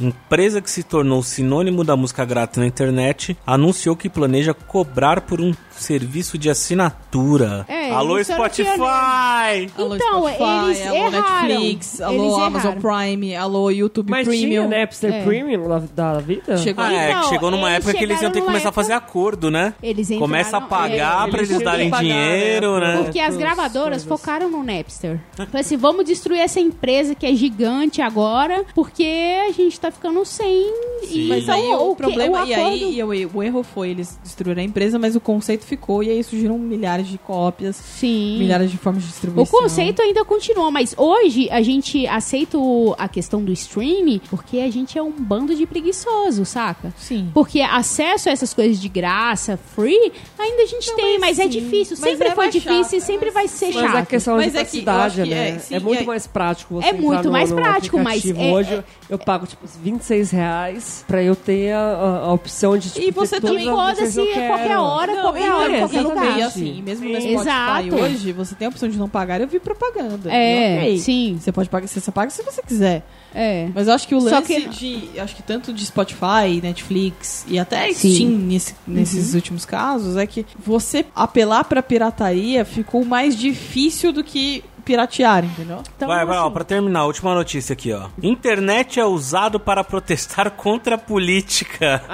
empresa que se tornou sinônimo da música grátis na internet, anunciou que planeja cobrar por um serviço de assinatura.
É,
Alô,
isso era o que eu
Spotify!
Alô,
Então,
Spotify,
eles
alô,
erraram.
Netflix, alô,
Eles
Amazon Prime, alô, YouTube
Mas tinha né?
Premium.
o Napster
É.
Premium da, da vida?
Chegou
Ah, é,
Então,
que chegou numa
eles
época que eles iam
chegaram
ter que
numa
começar a
época-
fazer acordo, né?
Eles entraram-
Começa a pagar
É,
pra eles
eles tinham que
darem
pagar, né,
dinheiro, né?
Porque as
Outras
gravadoras
coisas.
focaram no Napster. Falei assim, vamos destruir essa empresa que é gigante agora, porque a gente tá ficando sem... E,
Mas aí
então,
o,
que-
problema,
o
e
acordo-
aí e o, o erro foi, eles destruíram a empresa, mas o conceito ficou, e aí surgiram milhares de cópias,
Sim.
milhares de formas de distribuição.
O conceito ainda continua, mas hoje a gente aceita o- a questão do streaming porque a gente é um bando de preguiçoso, saca?
Sim.
Porque acesso a essas coisas de graça, free, ainda a gente tem, mas,
mas
é
sim.
difícil.
Mas
Sempre
é
foi
mais
difícil
chato,
e sempre
mas-
vai ser
Mas
chato.
a questão
Mas
de
é que eu acho
praticidade,
que
né?
é,
É,
sim,
muito
é.
mais prático você
É
entrar
muito
no-
mais
no
prático, mas
aplicativo.
é-
Hoje
é-
eu pago, tipo, 26 reais pra eu ter a, a- a opção de, tipo,
E você
ter todas
também
as opções
Foda-se
que eu
a
quero.
qualquer hora,
Não,
qualquer
e
hora, em
é,
qualquer
exatamente.
lugar.
assim, mesmo no
Sim.
Spotify
Exato.
hoje, você tem a opção de não pagar e ouvir propaganda. E
É,
ok.
sim,
Você pode pagar, você só paga se você quiser.
é.
Mas eu acho que o
Só
lance
que-
de. eu Acho que tanto de Spotify, Netflix e até
Sim.
Steam nesse- nesses últimos casos é que você apelar pra pirataria ficou mais difícil do que piratear, entendeu?
Então,
vai, vai, ó,
assim,
pra terminar, última notícia aqui, ó. Internet é usado para protestar contra a política.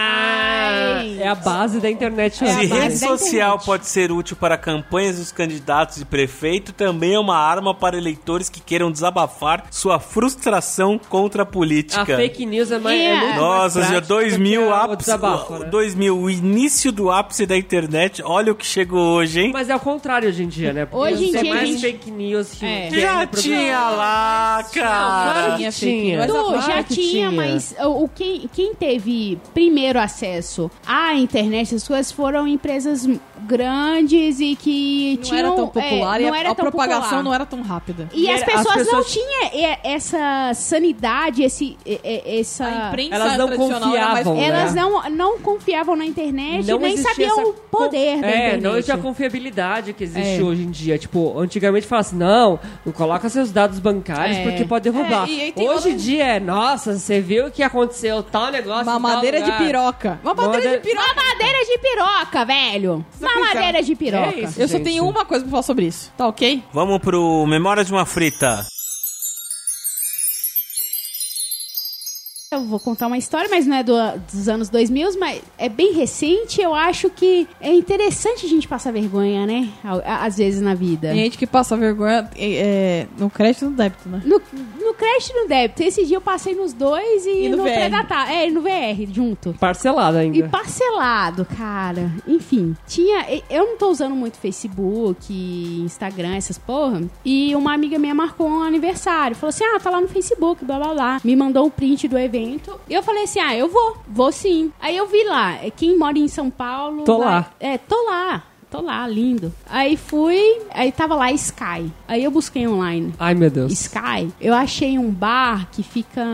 Ah,
Ai.
é a base da internet. né?
Se
É,
hoje.
base
rede
da
social
internet.
pode ser útil para campanhas dos candidatos e prefeito, também é uma arma para eleitores que queiram desabafar sua frustração contra a política.
A fake news é mais.
É.
É. muito mais
Nossa, já
prática do
2000
que a- o
ápice,
desabafo, né?
2000, o início do ápice da internet. Olha o que chegou hoje, hein?
Mas é ao contrário hoje em dia, né? Porque
Hoje em
tem
dia a
mais
gente-
fake news. que-
É.
que
Já
ainda pro-
tinha lá, cara.
tinha fake
tinha.
news,
Du,
mas
já
que
tinha,
tinha.
mas o, o quem, quem teve primeiro acesso à internet, essas coisas foram empresas m- grandes e que
não
tinham...
era tão
é,
popular e
não
a,
era
a
tão
propagação
popular.
não era tão rápida.
E
E
as
era- as
pessoas, não
pessoas-
tinham e- essa sanidade, esse, e- e- essa...
A imprensa
Elas não
tradicional era mais-
confiavam,
Elas
né?
não, não confiavam na internet
Não
nem
existia
sabiam
essa
o poder
con-
da
É,
internet.
não existia a confiabilidade que existe
É.
hoje em dia. Tipo, antigamente falava assim, não, não coloca seus dados bancários
É.
porque pode derrubar.
É, e aí tem
hoje em
outra-
dia é, nossa, você viu o que aconteceu, tal negócio, em tal
Mamadeira de
lugar."
piroca. Mamadeira
Mamadeira-
de piroca.
Mamadeira de piroca, velho! Mamadeira de piroca.
É isso.
Eu só
Gente.
tenho uma coisa pra falar sobre isso, tá ok?
Vamos pro Memórias de uma Frita.
Eu vou contar uma história, mas não é do- dos anos 2000, mas é bem recente. Eu acho que é interessante a gente passar vergonha, né? Ao- a- Às vezes na vida.
Tem gente que passa vergonha é, é, no crédito e no débito, né?
No, no crédito e no débito. Esse dia eu passei nos dois e,
E no
no,
VR.
Predatar. É, e no VR, junto.
Parcelada ainda.
E parcelado, cara. Enfim, tinha. e- Eu não tô usando muito Facebook, Instagram, essas porra. E uma amiga minha marcou um aniversário. Falou assim: ah, tá lá no Facebook, blá blá blá. Me mandou o print do evento. E eu falei assim: ah, eu vou, vou sim. Aí eu vi lá, é, quem mora em São Paulo.
Tô
vai-
lá.
É, tô lá. tô lá, lindo. Aí fui, aí tava lá Sky. Aí eu busquei online.
Ai, meu Deus.
Sky, eu achei um bar que fica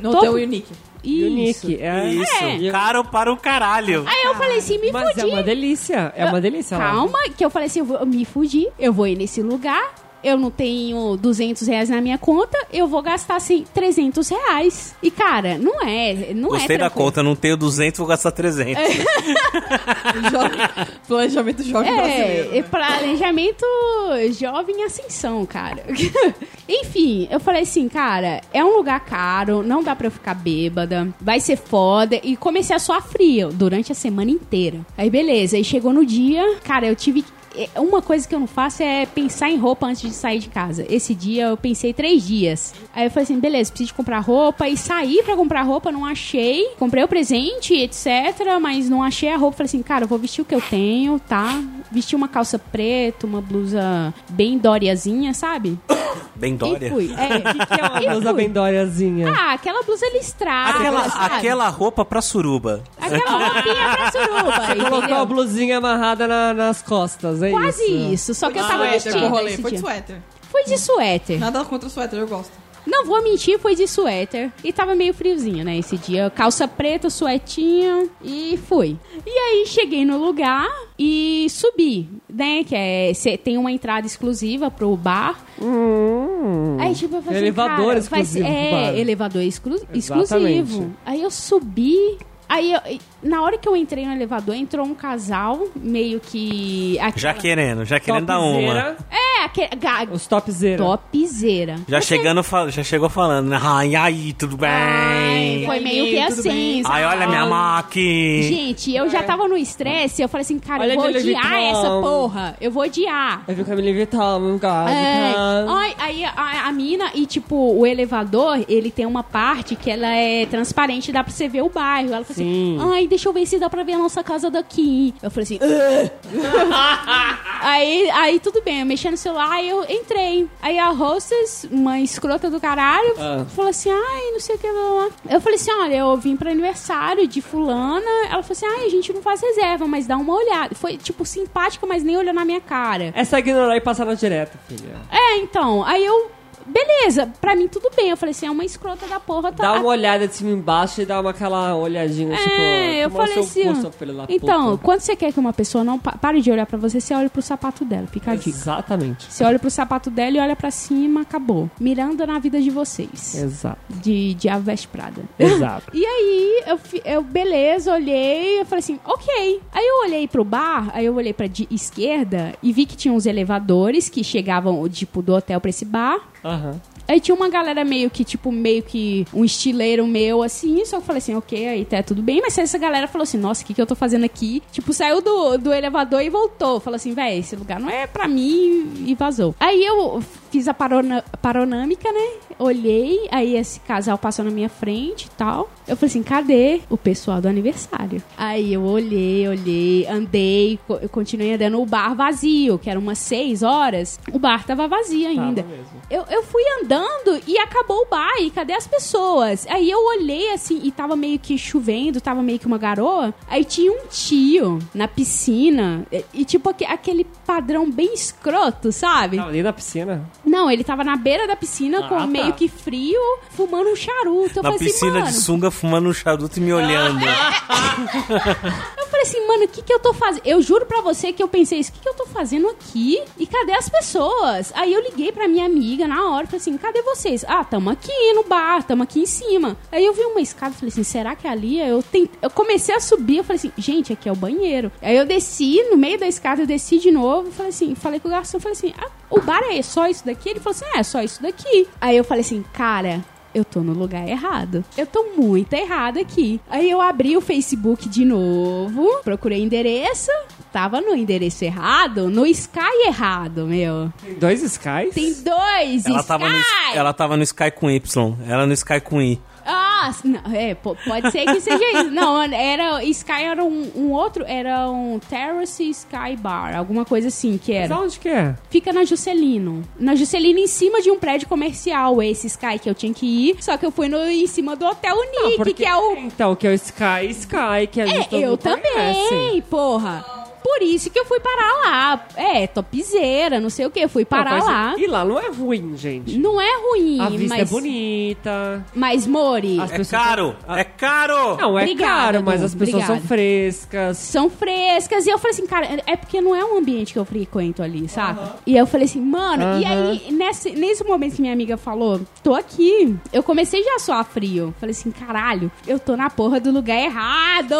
No
topo.
hotel Unique.
E o
Isso.
Nick, é
Isso,
É.
caro para o caralho.
Aí eu falei assim, me
Mas
fudi.
é uma delícia, é uma delícia. lá.
Calma, que eu falei assim, eu vou eu me fudi, eu vou ir nesse lugar, eu não tenho 200 reais na minha conta, eu vou gastar, assim, 300 reais. E, cara, não é, não
Gostei
é
da
tranquilo. É.
conta, não tenho 200, vou gastar 300.
Jovem- planejamento jovem brasileiro.
É,
né?
é planejamento jovem em ascensão, cara. Enfim, eu falei assim, cara, é um lugar caro, não dá pra eu ficar bêbada, vai ser foda. E comecei a suar frio durante a semana inteira. Aí beleza, aí chegou no dia, cara, eu tive que- é, uma coisa que eu não faço é pensar em roupa antes de sair de casa. Esse dia eu pensei três dias. Aí eu falei assim, beleza, preciso de comprar roupa. E saí pra comprar roupa, não achei. Comprei o presente, etc. Mas não achei a roupa. Falei assim, cara, eu vou vestir o que eu tenho, tá? Vesti uma calça preta, uma blusa bem dóriazinha, sabe?
Bem
E
Dória.
fui. É.
Que é uma
E
blusa
fui.
bem dóriazinha.
Ah, aquela blusa listrada.
Aquela,
sabe?
aquela roupa pra suruba.
Aquela roupinha pra suruba.
Colocou a
entendeu?
blusinha amarrada na- nas costas, é
Quase
isso.
isso. Só que eu tava
Suéter,
vestida.
pro Ah, rolê.
esse
Foi de
dia. Ah.
suéter.
Fui de suéter.
Nada contra o suéter, eu gosto.
Não vou mentir, foi de suéter. E tava meio friozinho, né, esse dia. Calça preta, suetinho e fui. E aí cheguei no lugar e subi, né? Que é. cê tem uma entrada exclusiva pro bar. Aí, tipo, eu falei assim,
Elevador
cara,
exclusivo
Vai, ser-
pro
é,
bar.
elevador exclu- exclusivo.
Exatamente.
Aí eu subi. Aí, eu- na hora que eu entrei no elevador, entrou um casal, meio que.
Já
aquela-
querendo, já querendo dar uma.
Topzera,
É, aquele. ga-
Os topzera.
Topzera.
Já, chegando, fa- já chegou falando. né? Ai, e aí, tudo
Ai,
bem?
foi
aí,
meio que
tudo bem?
assim. sabe?
Ai, olha minha máquina.
Gente, eu já tava no estresse, eu falei assim, cara,
Olha
eu vou
aquele
odiar
Vitão.
essa porra. Eu vou odiar.
Eu vi o Camille Vitão, cara. Então,
É.
Vitão.
Ai, aí a, a mina e, tipo, o elevador, ele tem uma parte que ela é transparente, dá pra você ver o bairro. Ela falou assim,
Sim.
ai, deixa eu ver se dá pra ver a nossa casa daqui. Eu falei assim, "Ugh." aí, aí tudo bem, eu mexi no celular aí eu entrei. Aí a hostess, uma escrota do caralho,
Ah.
falou assim, ai, não sei o que lá, lá. Eu falei assim, olha, eu vim pra aniversário de fulana. Ela falou assim, ai, a gente não faz reserva, mas dá uma olhada. Foi, tipo, simpática, mas nem olhou na minha cara.
Essa é ignorar e passar na direta, filha.
É, então, aí eu. Beleza, pra mim tudo bem. Eu falei assim, é uma escrota da porra, tá?
Dá uma olhada de cima e embaixo e dá uma aquela olhadinha, tipo...
É, eu
tomar
falei
seu
assim.
cu,
ó,
seu filho da
então,
puta.
quando você quer que uma pessoa não pa- pare de olhar pra você, você olha pro sapato dela, fica a dica.
Exatamente.
Você olha pro sapato dela e olha pra cima, acabou. Miranda na vida de vocês.
Exato.
De Diabo Veste Prada.
Exato.
E aí, eu, fi- eu beleza, olhei, eu falei assim, ok. Aí eu olhei pro bar, aí eu olhei pra de esquerda e vi que tinha uns elevadores que chegavam, tipo, do hotel pra esse bar.
Aham.
Aí tinha uma galera meio que, tipo, meio que um estileiro meu, assim, só que eu falei assim, ok, aí tá tudo bem, mas essa galera falou assim, nossa, o que, que eu tô fazendo aqui? Tipo, saiu do, do elevador e voltou. Falou assim, véi, esse lugar não é pra mim e vazou. Aí eu fiz a parona, paronâmica, né? Olhei, aí esse casal passou na minha frente e tal. Eu falei assim, cadê o pessoal do aniversário? Aí eu olhei, olhei, andei, co- eu continuei andando o bar vazio, que era umas seis horas. O bar tava vazio ainda.
Tava mesmo.
Eu, eu fui andando e acabou o bar, e cadê as pessoas? Aí eu olhei assim e tava meio que chovendo, tava meio que uma garoa. Aí tinha um tio na piscina e, e tipo aque- aquele padrão bem escroto, sabe?
Tava ali na piscina.
Não, ele tava na beira da piscina
Ah,
com
tá.
meio que frio, fumando um charuto. Eu
Na
falei assim,
piscina
mano. Ah,
de sunga, fumando um charuto e me olhando.
Eu falei assim, mano, o que que eu tô fazendo? Eu juro pra você que eu pensei isso, o que que eu tô fazendo aqui? E cadê as pessoas? Aí eu liguei pra minha amiga na hora, falei assim, cadê vocês? Ah, tamo aqui no bar, tamo aqui em cima. Aí eu vi uma escada, falei assim, será que é ali? Aí Eu, tent... eu comecei a subir, eu falei assim, gente, aqui é o banheiro. Aí eu desci, no meio da escada, eu desci de novo, falei assim, falei com o garçom, falei assim, ah, o bar é só isso daqui? Ele falou assim, é, é só isso daqui. Aí eu falei assim, cara, eu tô no lugar errado. Eu tô muito errada aqui. Aí eu abri o Facebook de novo, procurei endereço, tava no endereço errado, no Sky errado, meu.
Tem dois skies?
Tem dois
Ela
Sky!
tava, no, ela tava no Sky com Y, ela no Sky com I.
Ah, s- não, é, po- pode ser que seja isso. Não, era Sky era um, um outro, era um Terrace Sky Bar, alguma coisa assim que
Mas
era.
onde que é?
Fica na Juscelino. Na Juscelino, em cima de um prédio comercial, esse Sky que eu tinha que ir. Só que eu fui no, em cima do
Ah,
Hotel Unique,
porque-
que é o
Então, que é o Sky Sky, que a gente
É,
todo
eu
mundo
também,
conhece.
porra. Por isso que eu fui parar lá. É, topzeira, não sei o que. Fui parar
Não, faz-
lá.
E lá não é ruim, gente.
Não é ruim,
A vista é
mas.
bonita.
mas, Mori,
As
É
pessoas-
caro!
Ah.
É caro!
Não, é
Obrigada,
caro, mas
Edu,
as pessoas
obrigada.
são frescas.
são frescas. E eu falei assim, cara, é porque não é um ambiente que eu frequento ali, saca? E eu falei assim, mano, e aí, nesse, nesse momento que minha amiga falou, tô aqui, eu comecei já a suar frio. Falei assim, caralho, eu tô na porra do lugar errado!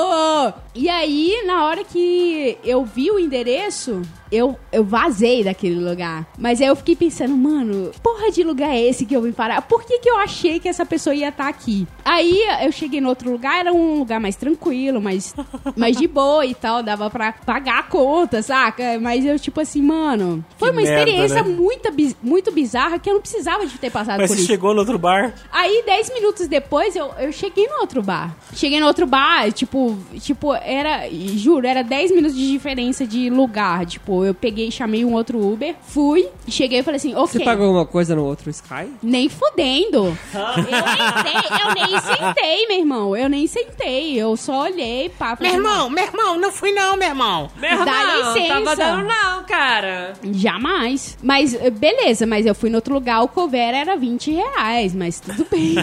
E aí, na hora que eu vi o endereço, eu, eu vazei daquele lugar. Mas aí eu fiquei pensando, mano, que porra de lugar é esse que eu vim parar? Por que, que eu achei que essa pessoa ia estar aqui? Aí eu cheguei no outro lugar, era um lugar mais tranquilo, mais, mais de boa e tal, dava pra pagar a conta, saca? Mas eu, tipo assim, mano, foi
Que
uma
merda,
experiência
né?
muita bi- muito bizarra que eu não precisava de ter passado
Mas
por
você
isso.
chegou no outro bar.
Aí, 10 minutos depois, eu, eu cheguei no outro bar. Cheguei no outro bar, tipo, tipo, era. Juro, era 10 minutos de diferença de lugar. Tipo, eu peguei, chamei um outro Uber, fui, cheguei e falei assim, ok.
Você pagou alguma coisa no outro Sky?
Nem fudendo. Eu nem, eu nem sentei, meu irmão. Eu nem sentei. Eu só olhei, pá. falei,
meu irmão, não fui não, meu irmão.
Dá licença.
não, cara.
Jamais. Mas, eh, beleza, mas eu fui no outro lugar, o cover era 20 reais, mas tudo bem.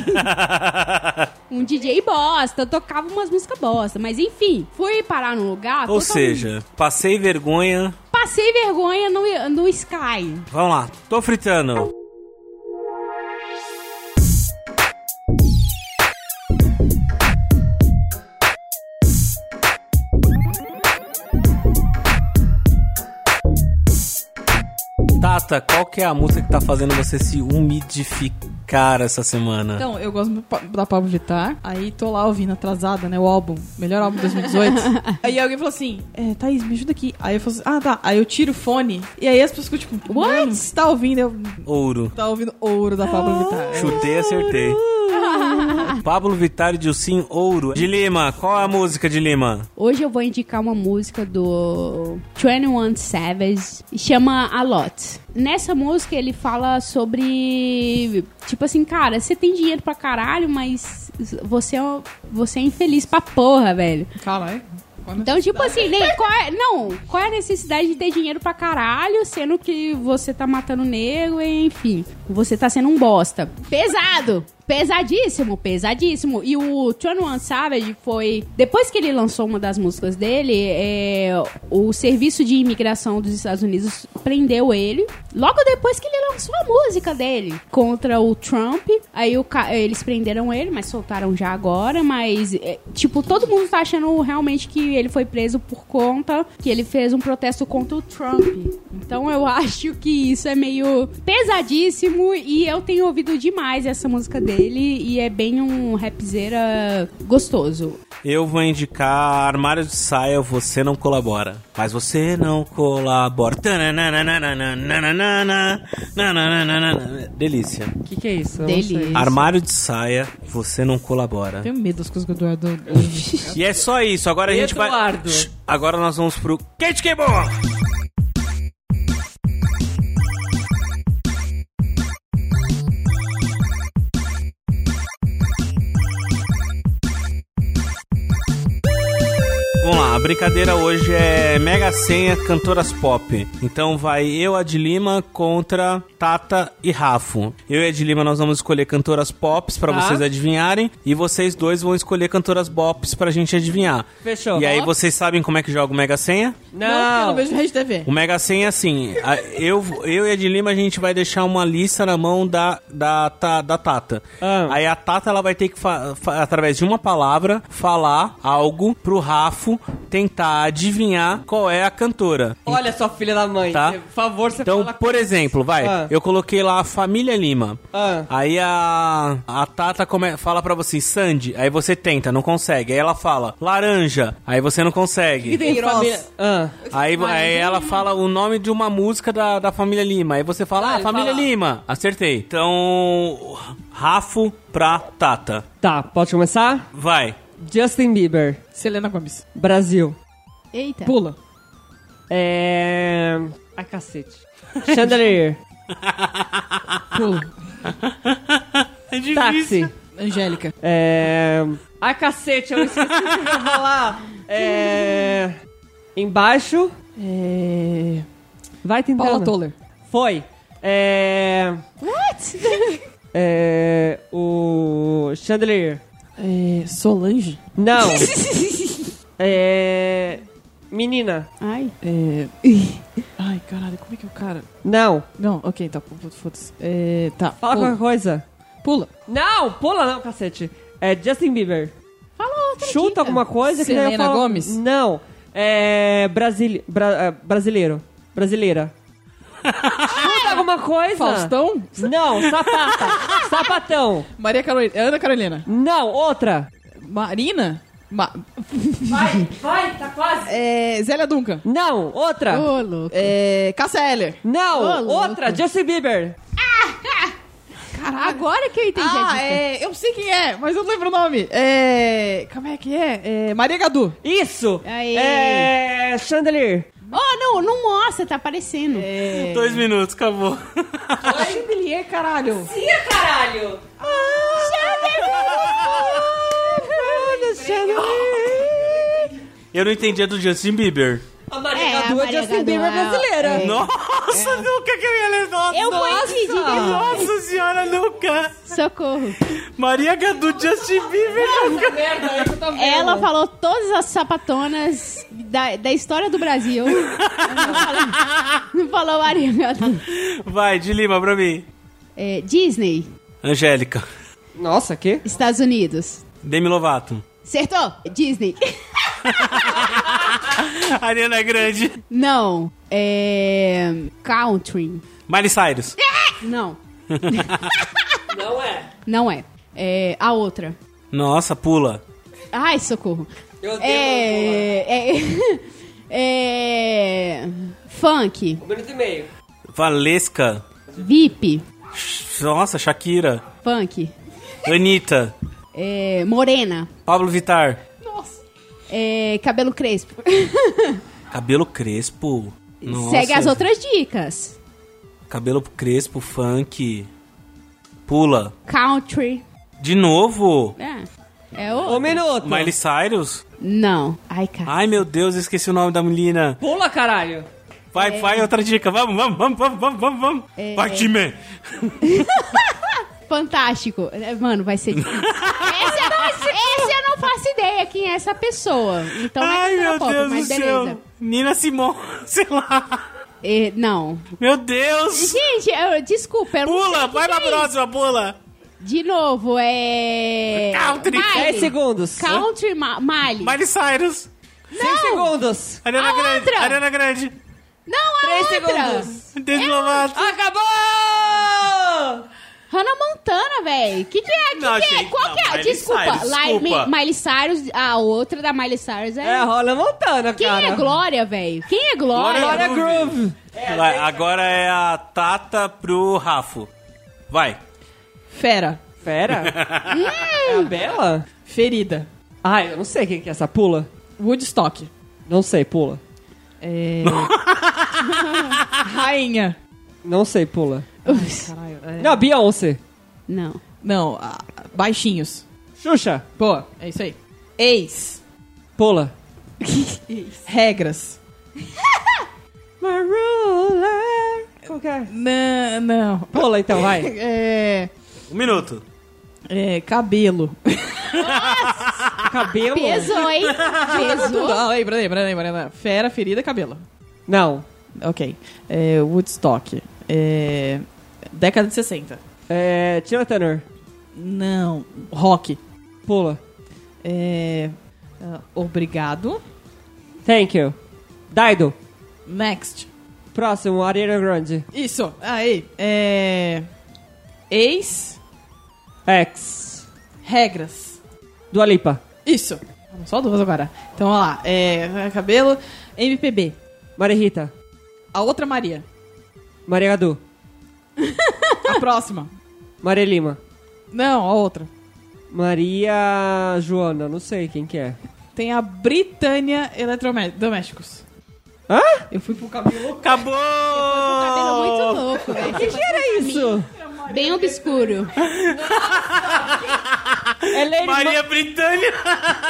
um DJ bosta, tocava umas músicas bosta. Mas enfim, fui parar num lugar.
Ou
é
totalmente-
seja, passei vergonha.
Passei vergonha no, no Sky.
Vamos lá, tô fritando. Tata, qual que é a música que tá fazendo você se umidificar essa semana?
Então, eu gosto muito pa- da Pablo Vittar. Aí tô lá ouvindo atrasada, né? O álbum. Melhor álbum de 2018. aí alguém falou assim: É, Thaís, me ajuda aqui. Aí eu falo assim: Ah, tá. Aí eu tiro o fone. E aí as pessoas ficam tipo:
What? Ah.
"Mano, Você tá ouvindo? Eu,
Então-
Ouro.
tá ouvindo ouro da Pablo Vittar.
Chutei, acertei. Pablo Vittar e Dilcinho Ouro. De Lima, qual a música de Lima?
Hoje eu vou indicar uma música do 21 Savage, chama A Lot. Nessa música ele fala sobre, tipo assim, cara, você tem dinheiro pra caralho, mas você é, você é infeliz pra porra, velho.
Caralho. né?
Então, tipo assim, nem, qual é, não, qual é a necessidade de ter dinheiro pra caralho, sendo que você tá matando negro, e, enfim, você tá sendo um bosta. Pesado! Pesadíssimo, pesadíssimo. E o Tron One Savage foi. Depois que ele lançou uma das músicas dele, é, o serviço de imigração dos Estados Unidos prendeu ele. Logo depois que ele lançou a música dele contra o Trump. Aí o ca- eles prenderam ele, mas soltaram já agora. Mas, é, tipo, todo mundo tá achando realmente que ele foi preso por conta que ele fez um protesto contra o Trump. Então eu acho que isso é meio pesadíssimo e eu tenho ouvido demais essa música dele e é bem um rapzeira gostoso.
Eu vou indicar Armário de Saia, Você Não Colabora. Mas você não colabora. Tananananananananana, nananananana. Delícia.
O que, que é isso? Eu não
Delícia.
sei.
Armário de Saia, Você Não Colabora.
Tenho medo das coisas que o Eduardo.
E é só isso. Agora a gente vai.
Eduardo.
Shh, Agora nós vamos pro Quente Queimou! Vamos lá, a brincadeira hoje é Mega Senha Cantoras Pop. Então vai eu, a de Lima, contra Tata e Rafo. Eu e a de Lima nós vamos escolher cantoras pops pra
Tá.
vocês adivinharem. E vocês dois vão escolher cantoras bops pra gente adivinhar.
Fechou.
E aí
Bops?
vocês sabem como é que joga o Mega Senha?
Não, porque eu
Não.
não vejo Rede TV.
O Mega Senha é assim, a- eu, eu e a de Lima a gente vai deixar uma lista na mão da, da, Ta- da Tata.
Ah.
Aí a Tata ela vai ter que, fa- fa- através de uma palavra, falar algo pro Rafo tentar adivinhar qual é a cantora.
Olha só, filha da mãe.
Tá.
Por favor, você
Então,
fala...
por exemplo, vai,
Ah.
eu coloquei lá a família Lima.
Ah.
Aí a, a Tata come- fala pra você, Sandy, aí você tenta, não consegue. Aí ela fala, laranja, aí você não consegue.
tem de família?
Ah.
Aí, aí ela fala o nome de uma música da, da família Lima. Aí você fala,
Ah,
ah,
ele
família
fala.
Lima. Acertei. Então, Rafo pra Tata.
Tá, pode começar?
Vai.
Justin Bieber,
Selena Gomes.
Brasil.
Eita.
Pula. É... Ai, cacete. Chandelier.
Pulo.
É
Táxi.
Angélica.
É... Ai, cacete, eu esqueci o que eu ia falar. É... Embaixo.
É...
Vai tentando.
Paula Toller.
Foi. É. É. O. Chandelier.
É... Solange.
Não. é. Menina.
Ai.
É... Ai, caralho, como é que é o cara?
Não.
Não, ok, tá, pô, foda-se. É... Tá,
Fala
pula.
qualquer coisa.
Pula.
Não, pula não, cacete. É Justin Bieber.
Fala outra
Chuta
é?
dica.
alguma coisa que daí eu
Selena
falo...
Gomes?
Não. É. Brasili... Bra- é, Brasileiro. Brasileira. Chuta alguma coisa.
Faustão?
Não, sapata. Sapatão.
Maria Carolina. é Ana Carolina.
Não, outra.
Marina? Ma...
Vai, vai, tá quase.
É... Zélia Duncan.
Não, outra.
Ô, louco.
É... Cássia Eller.
Não,
Ô,
outra. Justin Bieber.
Agora que eu entendi a
Ah,
dica.
é... Eu sei quem é, mas eu não lembro o nome. É... Como é que é? é... Maria Gadu.
Isso.
Aí.
É. Chandelier.
Oh, não, não mostra, tá aparecendo.
É...
Dois minutos, acabou.
Chandelier, caralho.
caralho. Olha, Chandelier.
Eu não entendi a do Justin Bieber.
A
É, a
Maria Gadu é
Maria
Justin
Gadu,
Bieber
é-
brasileira.
é.
Nossa, nunca que eu ia ler. Nossa,
Eu conheci de novo.
nossa senhora, nunca.
Socorro.
Maria Gadu, Justin Bieber. nunca.
Ela falou todas as sapatonas da, da história do Brasil. não, falou, não falou Maria Gadu.
Vai, de Lima pra mim.
É, Disney,
Angélica.
Nossa, que?
Estados Unidos.
Demi Lovato.
Acertou? Disney.
Ariana Grande.
Não. É. Country.
Miley Cyrus.
Não.
Não é.
Não é. É. A outra.
Nossa, pula.
Ai, socorro.
Eu odeio
É. É. é funk.
Um minuto e meio.
Valesca.
VIP.
Nossa, Shakira.
Funk.
Anitta.
É, morena.
Pablo Vittar.
É, cabelo crespo.
Cabelo crespo. Nossa.
Segue as outras dicas.
Cabelo crespo, funk. Pula.
Country.
De novo?
É. É
Um
o...
minuto.
Miley Cyrus?
Não. Ai, cara.
Ai, meu Deus, eu esqueci o nome da menina.
Pula, caralho.
Vai,
É.
vai, outra dica. Vamos, vamos, vamos, vamos, vamos, vamos. vamos. Vai, time. Ah.
Fantástico. É, Mano, vai ser difícil. esse, eu não, esse eu não faço ideia quem é essa pessoa. Então vai
Ai,
cantar
meu
pop,
Deus do
mas beleza.
céu. Nina Simon, sei lá.
É, não.
Meu Deus.
Gente, eu- desculpa. Eu não sei
Pula,
o que
vai
que
pra
é isso.
próxima, pula.
De novo, é...
Country.
Miley.
10 segundos.
Country, Ma Miley.
Miley Cyrus.
5 segundos.
Ariana
A
Grande.
outra.
Ariana Grande.
Não, a
Três
outra.
segundos.
Demi
É
Lovato.
Acabou!
Hannah Montana, velho. Que que é? Que
Não,
que é?
gente,
Qual
não,
que é?
Miley
desculpa.
Cyrus,
Lai-
desculpa.
Mi- Miley Cyrus, a outra da Miley Cyrus é...
É a Rola Montana,
Quem
cara.
é Glória, velho? Quem é Glória?
Glória
Glória Groove.
Vai, agora é a Tata pro Rafo. Vai.
Fera.
Fera? é a Bela?
Ferida.
Ah, eu não sei quem que é essa. Pula.
Woodstock.
Não sei, pula.
É... Rainha.
Não sei, pula.
Ups.
Caralho. é.
Não, Beyoncé.
Não.
Não, a- baixinhos.
Xuxa.
Boa, é isso aí. Ex.
Pula.
Regras.
My ruler. Qual que é?
Não, não.
Pula então, vai.
É,
Um minuto.
é, cabelo.
Cabelo.
Pesou, hein? Pesou.
Ah, aí, peraí, peraí, peraí. Fera, ferida, cabelo.
Não.
Ok. É, Woodstock. É, década de 60.
É. Tina Turner.
Não. Rock.
Pula.
É, ah, obrigado.
Thank you. Daido.
Next.
Próximo, Ariana Grande.
Isso. Aí. É, ex.
X.
Regras.
Dua Lipa.
Isso. Só duas agora. Então, ó lá. É, cabelo, MPB.
Maria Rita.
A outra Maria.
Maria Gadu.
A próxima.
Maria Lima.
Não, a outra.
Maria Joana, não sei quem que é.
Tem a Britânia Eletrodomésticos.
Hã?
Eu fui pro cabelo.
Acabou!
Cabelo Tá É
Oh.
muito louco, velho.
Que era isso?
Bem obscuro.
Ela é, irmã,
Maria Britânia!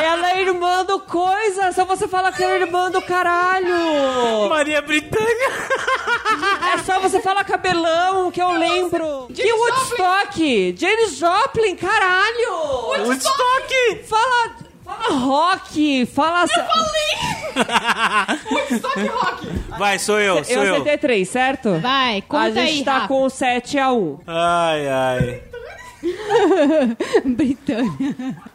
ela é irmã do coisa. Só você falar que ela é irmã do caralho.
Maria Britânia!
É só você falar cabelão, que eu lembro. Que Woodstock. James Joplin, caralho.
Woodstock!
Fala, fala rock. Fala...
Vai, sou eu, sou
Eu
eu.
acertei três, certo?
Vai,
A
conta
gente
aí,
tá
Rafa.
com 7 a 1
Ai, ai.
Britânia.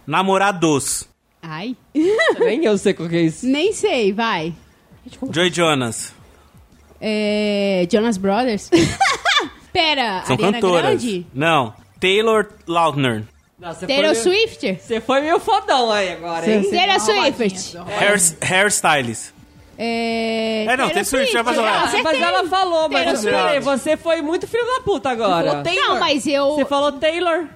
Namorados.
Ai.
Nem eu sei qual que é isso.
Nem sei, vai.
Joy Jonas.
É, Jonas Brothers. Pera,
São
Ariana
cantoras.
Grande?
Não. Taylor Lautner.
Nossa, você
Taylor
foi meio-
Swift?
Você foi meio fodão aí agora, hein?
Taylor Swift.
Hair- Hairstylist.
É,
É, não, tem Swift, já faz
não,
lá.
acertei.
Ah, mas ela falou, mas
Taylor
eu falei,
Swift.
você foi muito filho da puta agora.
Não, mas eu...
Você falou Taylor.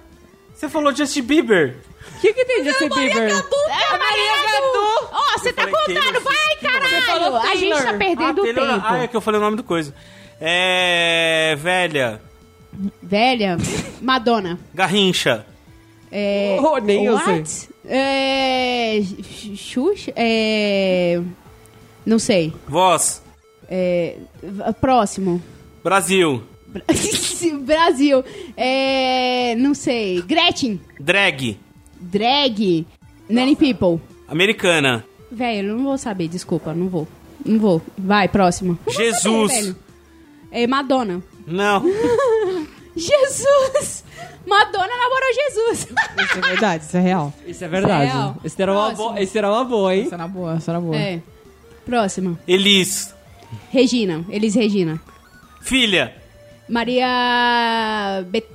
Você falou Justin Bieber.
O que, que tem Justin Bieber?
É a Maria Gadu! Ó, você tá
falei Taylor
contando, vai,
Swift, mano.
Você falou
caralho! A gente tá
Taylor.
perdendo
ah,
o
Taylor-
tempo.
Ah, é que eu falei o nome do coisa. É... Velha.
Velha, Madonna.
Garrincha.
É,
Oh, nem eu
what? É, X- Xuxa? É, não sei.
Voz.
É, v- próximo.
Brasil.
Bra- Brasil. É, não sei. Gretchen.
Drag.
Drag. Nanny People.
Americana.
Velho, eu não vou saber, desculpa, não vou. Não vou. Vai, próximo. Não vou saber,
Jesus.
velho. É, Madonna.
Não.
Jesus! Madonna namorou Jesus!
Isso é verdade, isso é real.
Isso é verdade.
Real.
Esse era, uma
Próximo.
boa, esse era uma boa, hein?
Isso era boa, isso era boa.
é. Próxima.
Elis.
Regina. Elis Regina.
Filha.
Maria. Bet...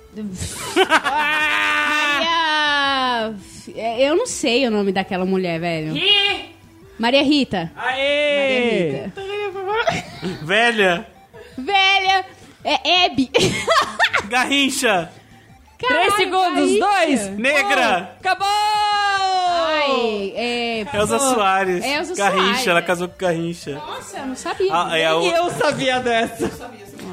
Maria. É, Eu não sei o nome daquela mulher, velho. Maria Rita. Maria
Aê!
Rita.
Velha.
Velha. É Hebe.
Garrincha.
Três
Caralho,
segundos,
Raíssa.
dois!
Negra.
um, acabou!
Ai, é.
Elza Soares.
Elza
Garrincha.
Soares,
Ela
velho.
casou com Garrincha.
Nossa, eu não sabia.
A, é, a,
Nem eu sabia dessa.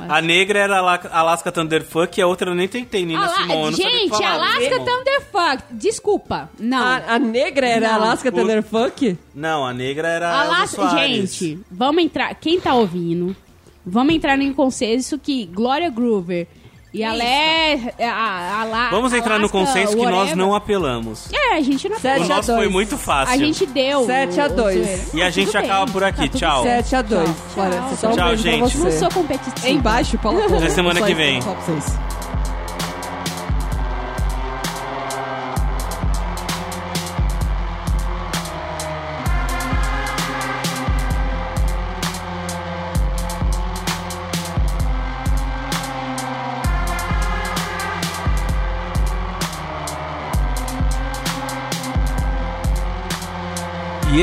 a negra era a La- Alaska Thunderfuck e a outra eu nem tentei, Nina
Ala-
Simone. eu não sabia
Gente,
falar, Ah,
Alaska
Simone.
Thunderfuck. Desculpa. Não.
A, a negra era
Não.
Alaska
Puta.
Thunder Funk?
Não, a negra era a ah, Elza
Alaska,
Soares.
gente, vamos entrar. Quem tá ouvindo, vamos entrar no consenso que Gloria Groover e a Lé. A, a, La-
Vamos entrar no
Alaska,
consenso que nós
whatever.
não apelamos.
É, a gente não
Sete
O
pode.
a
nosso foi
dois.
muito fácil.
A gente deu.
Sete
o-
a
o
dois.
zoeiro.
E a
Ah,
gente
tudo bem.
acaba por aqui.
tudo
Tchau.
certo.
7 a 2
Tchau.
Olha, só um
Tchau,
beijo pra
gente.
Não
você.
sou competitiva.
É embaixo, Paula Cole.
Até semana
Só
que
isso
vem.
eu vou falar pra vocês.
E